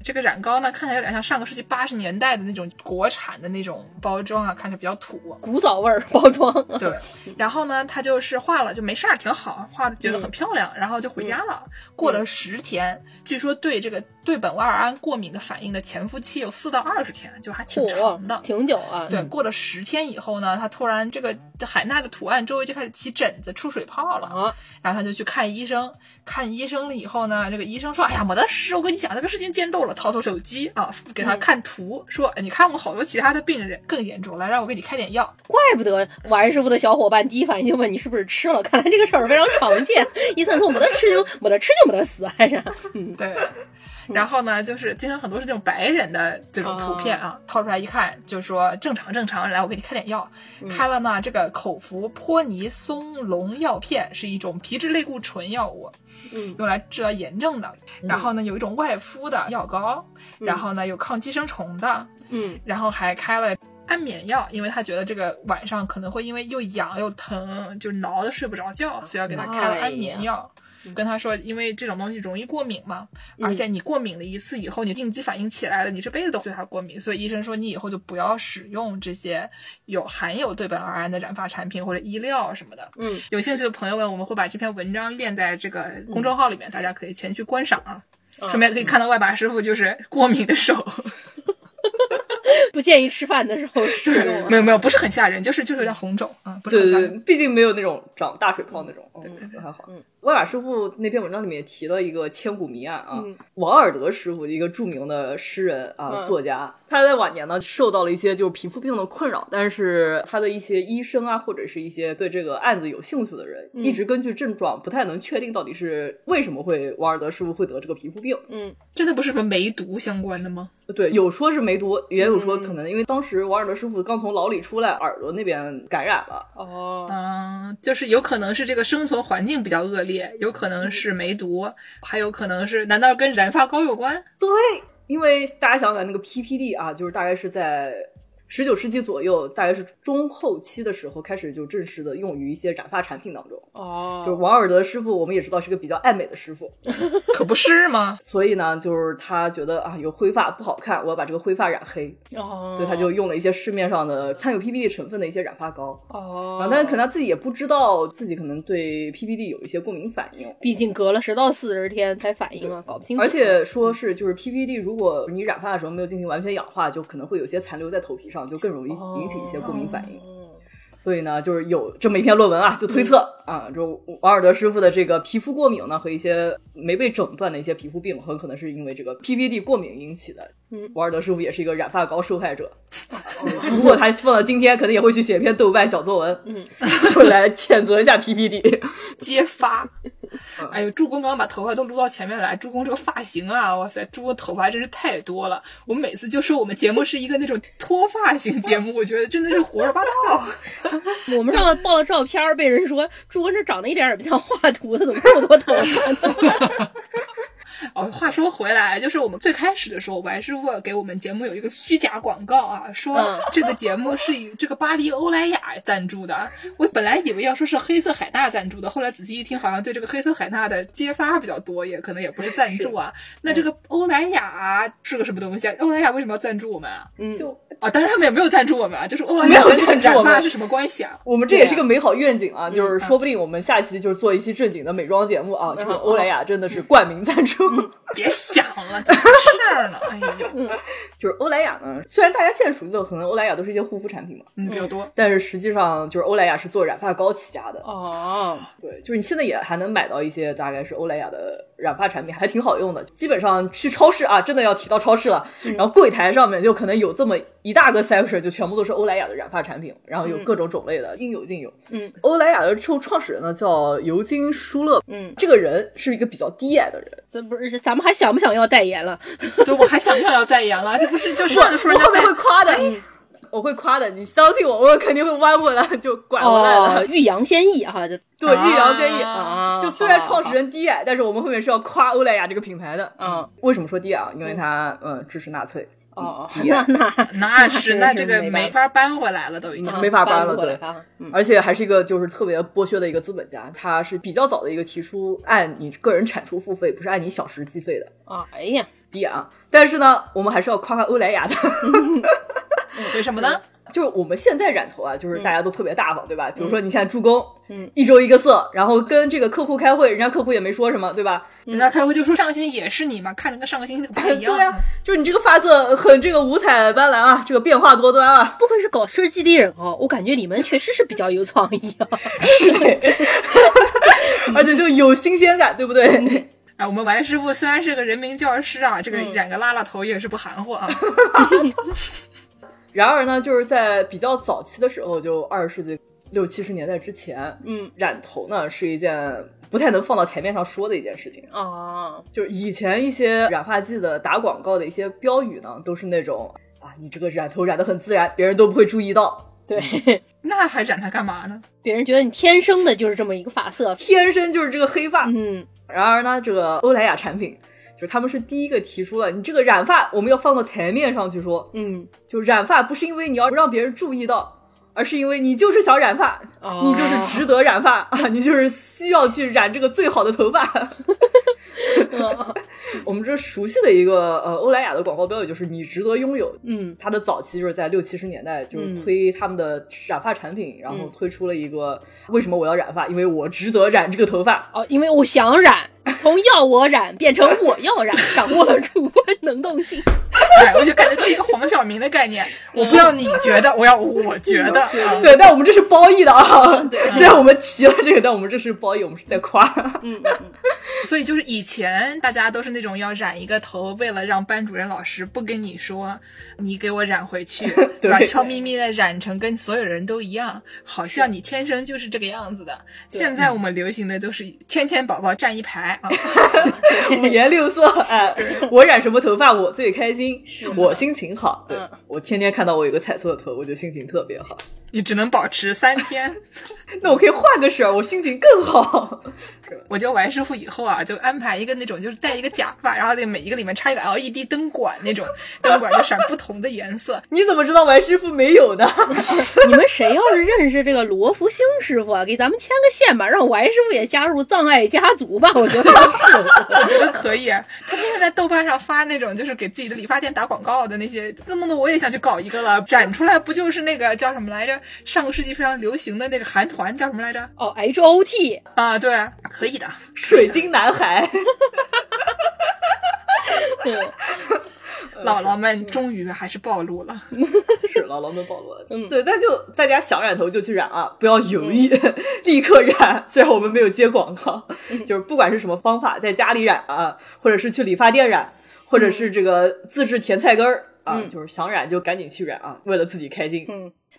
S2: 这个染膏呢，看起来有点像上个世纪八十年代的那种国产的那种包装啊，看着比较土。
S3: 古早味儿包装。
S2: [laughs] 对，然后呢，他就是画了，就没事儿，挺好，画的觉得很漂亮，然后就回家了。过了十天，据说对这个对苯万尔胺过敏的反应的潜伏期有四到二十天，就还挺
S3: 嚯
S2: 长的。
S3: [laughs] 挺久啊。
S2: 对，
S4: 嗯
S2: 过了十天以后呢，他突然这个海娜的图案周围就开始起疹子、出水泡了，
S3: 啊，
S2: 然后他就去看医生。看医生了以后呢，这个医生说：“哎呀，没得事，我跟你讲，这个事情见痘了，掏出手机啊，给他
S3: 嗯
S2: 看图，说哎你看我好多其他的病人更严重，来让我给你开点药。”
S3: 怪不得王师傅的小伙伴第一反应就问你是不是吃了，看来这个事儿非常常见。 [laughs] 一三从没得吃就没得吃就没得死，还是
S2: [laughs] 对。然后呢，就是经常很多是这种白人的这种图片啊，掏出来一看，就说正常正常，来我给你开点药，开了呢这个口服泼尼松龙药片是一种皮质类固醇药物，
S3: 嗯
S2: 用来治疗炎症的。然后呢有一种外敷的药膏，
S3: 嗯
S2: 然后呢有抗寄生虫的，
S3: 嗯
S2: 然后还开了安眠药，因为他觉得这个晚上可能会因为又痒又疼，就挠的睡不着觉，所以要给他开了安眠药。跟他说，因为这种东西容易过敏嘛，而且你过敏了一次以后，你应激反应起来了，你这辈子都对它过敏，所以医生说你以后就不要使用这些有含有对苯二胺的染发产品或者医料什么的。
S3: 嗯，
S2: 有兴趣的朋友们，我们会把这篇文章链在这个公众号里面，大家可以前去观赏啊，
S3: 嗯
S2: 顺便可以看到外把师傅就是过敏的手。
S3: 不建议吃饭的时候吃
S2: 对，
S3: 用啊。
S2: 没有没有，不是很吓人，就是就是有点红肿啊，不是很
S4: 对
S2: 吓
S4: 对
S2: 人。，
S4: 毕竟没有那种长大水泡那种，
S3: 对对
S4: 嗯，不太好
S3: 嗯。
S4: 万瓦师傅那篇文章里面也提了一个千古谜案啊
S3: 嗯，
S4: 王尔德师傅一个著名的诗人啊
S3: 嗯，
S4: 作家，他在晚年呢受到了一些就是皮肤病的困扰，但是他的一些医生啊，或者是一些对这个案子有兴趣的人，
S3: 嗯
S4: 一直根据症状不太能确定到底是为什么会王尔德师傅会得这个皮肤病。
S3: 嗯
S2: 真的不是什么梅毒相关的吗？
S4: 对，有说是梅毒，也有说
S3: 嗯
S4: 可能因为当时王尔德师傅刚从牢里出来，耳朵那边感染了。
S3: 哦
S2: 嗯，就是有可能是这个生存环境比较恶劣，有可能是梅毒，还有可能是难道跟染发膏有关？ [laughs]
S4: 因为大家想想那个 PPD 啊，就是大概是在十九世纪左右，大约是中后期的时候开始就正式的用于一些染发产品当中。
S3: 哦
S4: 就是王尔德师傅，我们也知道是个比较爱美的师傅，
S2: 可不是吗？
S4: 所以呢，就是他觉得啊有灰发不好看，我要把这个灰发染黑，
S3: 哦，
S4: 所以他就用了一些市面上的掺有 PPD 成分的一些染发膏。
S3: 哦
S4: 然后，但是可能他自己也不知道自己可能对 PPD 有一些过敏反应，
S3: 毕竟隔了十到四十天才反应啊，搞不清楚。
S4: 而且说是就是 PPD，如果你染发的时候没有进行完全氧化，就可能会有些残留在头皮上，就更容易
S3: 哦
S4: 引起一些过敏反应。所以呢，就是有这么一篇论文啊，就推测、
S3: 嗯
S4: 啊，就王尔德师傅的这个皮肤过敏呢和一些没被诊断的一些皮肤病，很可能是因为这个 PPD 过敏引起的。
S3: 嗯
S4: 王尔德师傅也是一个染发膏受害者。就是如果他放到今天，可能也会去写一篇对外小作文，
S3: 嗯，
S4: [laughs] 来谴责一下 PPD。
S2: 揭发。
S4: 嗯
S2: 哎呦，助攻刚刚把头发都撸到前面来，助攻这个发型啊，哇塞，助攻头发真是太多了。我们每次就说我们节目是一个那种脱发型节目，我觉得真的是胡说八道。啊
S3: 我们上了报了照片儿，被人说朱文这长得一点儿也不像画图的，怎么这么多头 [laughs] 发呢？
S2: 哦，话说回来，就是我们最开始的时候，白师傅给我们节目有一个虚假广告啊，说
S3: 嗯
S2: 这个节目是以这个巴黎欧莱雅赞助的。我本来以为要说是黑色海娜赞助的，后来仔细一听，好像对这个黑色海娜的揭发比较多，也可能也不是赞助啊。那这个
S4: 嗯
S2: 欧莱雅是个什么东西啊？欧莱雅为什么要赞助我们啊？
S3: 嗯，
S4: 就
S2: 啊，当然他们也没有赞助我们啊，就是欧莱雅
S4: 没有
S2: 跟这个
S4: 赞助我
S2: 染
S4: 们
S2: 发是什么关系啊？
S4: 我们这也是个美好愿景啊，就是说不定我们下期就是做一期正经的美妆节目啊，就是欧莱雅真的是冠名赞助。
S2: 别想了，怎么回事儿呢？哎呦，
S4: [laughs] 就是欧莱雅呢，虽然大家现在熟悉的可能欧莱雅都是一些护肤产品嘛，
S2: 嗯，比较
S4: [laughs]
S2: 多。
S4: 但是实际上就是欧莱雅是做染发膏起家的。
S3: 哦，
S4: 对，就是你现在也还能买到一些大概是欧莱雅的染发产品，还挺好用的。基本上去超市啊，真的要提到超市了，
S2: 嗯
S4: 然后柜台上面就可能有这么一大个 section，就全部都是欧莱雅的染发产品，然
S2: 嗯
S4: 后有各种种类的，应有尽有。
S3: 嗯，
S4: 欧莱雅的创创始人呢叫尤金舒勒，
S3: 嗯，
S4: 这个人是一个比较低矮的人。
S3: 这不是咱们还想不想要代言
S4: [laughs]
S3: 了？
S2: 对，我还想要要代言了，这不是啊就上次说
S4: 我
S2: 人家哎
S4: 我后面
S2: 代
S4: 会夸的，我会夸的，你相信我，我肯定会弯过来就拐过来的。
S3: 哦， [laughs] 欲扬先抑哈，就
S4: 对，欲扬先抑。
S3: 啊，
S4: 就虽
S2: 哦
S4: 然创始人低矮，但是我们后面是要夸欧莱雅这个品牌的。
S2: 哦
S3: 嗯，
S4: 为什么说低矮啊？因为他呃支持纳粹，
S3: 哦，
S4: 低
S3: 那
S4: 矮
S3: 那
S2: 那
S3: 是
S2: 是那这
S3: 是
S2: 个
S3: 没
S2: 没
S3: 办
S2: 法搬回来了，都已经。
S4: 没法搬了
S3: 过来
S4: 对
S3: 啊嗯
S4: 而且还是一个就是特别剥削的一个资本家。他是比较早的一个提出按你个人产出付费，不是按你小时计费的
S3: 啊，哎呀，
S4: 低矮啊。但是呢，我们还是要夸夸欧莱雅的。 [laughs]
S2: 为什么呢？
S4: 就是我们现在染头啊，就是大家都特别大方，对吧？比如说你现在助攻，
S3: 嗯，
S4: 一周一个色，然后跟这个客户开会，人家客户也没说什么，对吧？
S2: 人家开会就说上个星期也是你嘛，看着跟上个星期
S3: 哎
S2: 不一样。嗯
S4: [laughs] 对啊，就是你这个发色很这个五彩斑斓啊，这个变化多端啊，
S3: 不愧是搞设计的人哦，我感觉你们确实是比较有创意
S4: [laughs]
S3: 啊。嗯
S4: 而且就有新鲜感，对不对？
S2: 啊，我们王师傅虽然是个人民教师啊，这个染个拉拉头也是不含糊啊。 [laughs]
S4: 然而呢，就是在比较早期的时候，就二十世纪六七十年代之前，
S3: 嗯，
S4: 染头呢是一件不太能放到台面上说的一件事情。
S3: 哦，
S4: 就是以前一些染发剂的打广告的一些标语呢，都是那种啊，你这个染头染得很自然，别人都不会注意到，
S3: [laughs] 对， [laughs]
S2: 那还染它干嘛呢？
S3: 别人觉得你天生的就是这么一个发色。
S4: 天生就是这个黑发。
S3: 嗯，
S4: 然而呢，这个欧莱雅产品就是他们是第一个提出了，你这个染发我们要放到台面上去说，
S3: 嗯，
S4: 就染发不是因为你要让别人注意到。而是因为你就是想染发，
S3: 哦
S4: 你就是值得染发 [laughs] 啊，你就是需要去染这个最好的头发。
S3: [laughs]
S4: 嗯我们这熟悉的一个呃欧莱雅的广告标语就是“你值得拥有”，
S3: 嗯
S4: 它的早期就是在六七十年代，就是推他们的染发产品，然
S3: 嗯
S4: 后推出了一个为什么我要染发？因为我值得染这个头发。
S3: 哦，因为我想染，从要我染变成我要染，掌握主观能动性。
S2: 哎，我就感觉这是一个黄晓明的概念，我不要你觉得，我要我觉得。
S3: 嗯
S2: 啊
S4: 对，但我们这是褒义的啊， [laughs] 虽然我们提了这个，但我们这是褒义，我们是在夸。
S3: [laughs] 嗯嗯
S2: 所以就是以前大家都是那种要染一个头，为了让班主任老师不跟你说，你给我染回去， [laughs] 对吧？
S4: 对
S2: 悄咪咪的染成跟所有人都一样，好像你天生就是这个样子的。现在我们流行的都是天天宝宝站一排啊， [laughs]
S4: 五颜六色，哎，我染什么头发我最开心，我心情好。对
S3: 嗯，
S4: 我天天看到我有个彩色的头，我就心情特别好。
S2: 你只能保持三天。
S4: 那我可以换个事儿，我心情更好。 [laughs]
S2: 我教完师傅以后啊，就安排一个那种，就是戴一个假发，然后那每一个里面插一个 LED 灯管那种，灯管就闪不同的颜色。
S4: 你怎么知道完师傅没有的？ [laughs]
S3: [laughs] 你们谁要是认识这个罗福星师傅啊，给咱们牵个线吧，让王师傅也加入葬爱家族吧，我觉得 [laughs] 是。
S2: 我觉得可以，啊他天天在豆瓣上发那种就是给自己的理发店打广告的那些，弄得我也想去搞一个了。染出来不就是那个叫什么来着？上个世纪非常流行的那个韩团叫什么来着？
S3: 哦，H O [laughs] T，
S2: 啊，对，可以的。
S4: 水晶男孩，
S3: 嗯
S2: 姥姥们终于还是暴露了。
S4: [laughs] 是姥姥们暴露了。对，那就大家想染头就去染啊，不要犹豫， [laughs] 立刻染。虽然我们没有接广告，就是不管是什么方法，在家里染啊，或者是去理发店染，或者是这个自制甜菜根儿。啊，
S3: 嗯
S4: 就是想染就赶紧去染啊，为了自己开心。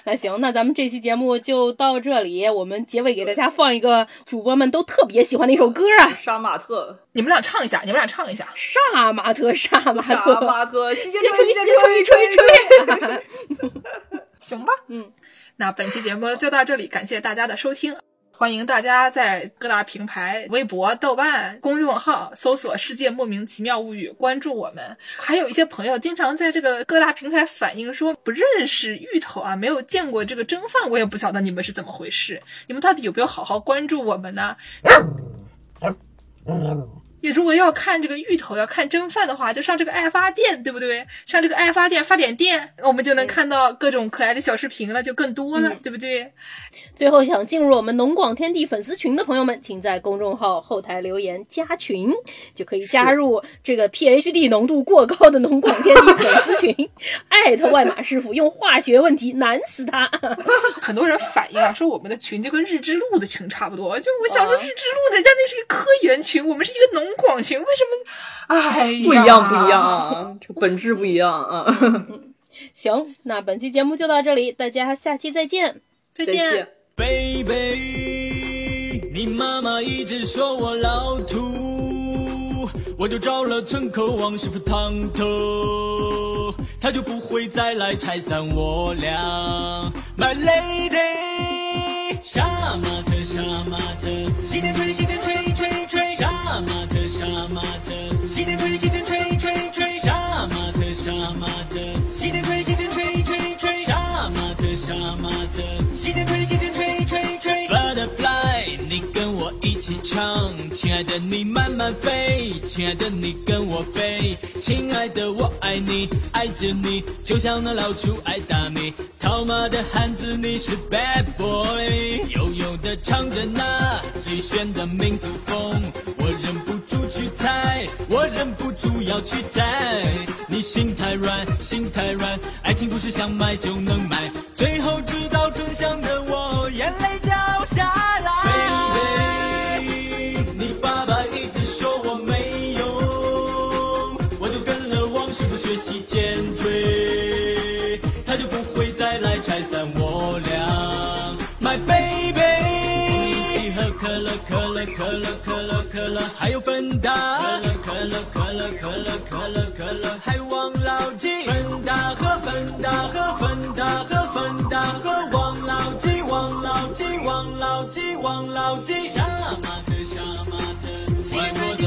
S3: 那行，那咱们这期节目就到这里，我们结尾给大家放一个主播们都特别喜欢的一首歌啊，
S4: 杀马 [laughs] 特，
S2: 你们俩唱一下，你们俩唱一下。
S3: 杀马特，杀马
S4: 杀
S3: 特，
S4: 马 [laughs] 特，西街
S3: 先吹，[laughs]
S4: 西
S3: 先
S4: 街
S3: 吹，吹
S4: 吹
S3: 吹。
S2: 行吧，
S3: 嗯，
S2: 那本期节目就到这里，感谢大家的收听。欢迎大家在各大平台、微博、豆瓣、公众号搜索“世界莫名其妙物语”，关注我们。还有一些朋友经常在这个各大平台反映说不认识芋头啊，没有见过这个蒸饭，我也不晓得你们是怎么回事，你们到底有没有好好关注我们呢？也如果要看这个芋头，要看蒸饭的话，就上这个爱发店，对不对？上这个爱发店发点店，我们就能看到各种可爱的小视频了，就更多了，对不对？
S3: 最后，想进入我们农广天地粉丝群的朋友们，请在公众号后台留言“加群”，就可以加入这个 PhD 浓度过高的农广天地粉丝群，艾特外马师傅，用化学问题难死他。
S2: 很多人反映啊，说我们的群就跟日之路的群差不多。就我想说，
S3: 啊
S2: 日之路人家那是一个科研群，我们是一个农广群，为什么？哎呀，
S4: 不一样，不一样。啊，这本质不一样啊。
S3: 行，那本期节目就到这里，大家下期再见。
S2: 再
S4: [laughs] 再
S2: 见
S4: 见。。
S6: baby，你妈妈一直说我老土，我就照了村口王师傅烫头，他就不会再来拆散我俩。My lady，杀马特，杀马特，西天吹，西天吹，吹吹，杀马特，杀马特，西天吹，西天吹，吹吹，杀马特，杀马特，西天吹，西天吹，吹吹，杀马特，杀马特，西天吹，西天吹，吹吹，Butterfly，你跟我一起唱，亲爱的你慢慢飞，亲爱的你跟我飞，亲爱的我爱你，爱着你，就像那老鼠爱大米，套马的汉子你是 bad boy，悠悠的唱着那最炫的民族风，我忍不住去猜，我忍不住要去摘，你心太软，心太软，爱情不是想买就能买，最后知道真相的我眼泪掉下来。Baby，你爸爸一直说我没有，我就跟了王师傅学习尖锥，他就不会再来拆散我俩。My baby，我们一起喝可乐，可乐，可乐，可乐，可乐，还有芬达，可乐，可乐，可乐，可乐，可乐，可乐，还有王老吉，芬达喝，芬达喝，芬达喝，芬达喝，王老吉，王老吉，王老吉，王老吉，杀马特，杀马特，管我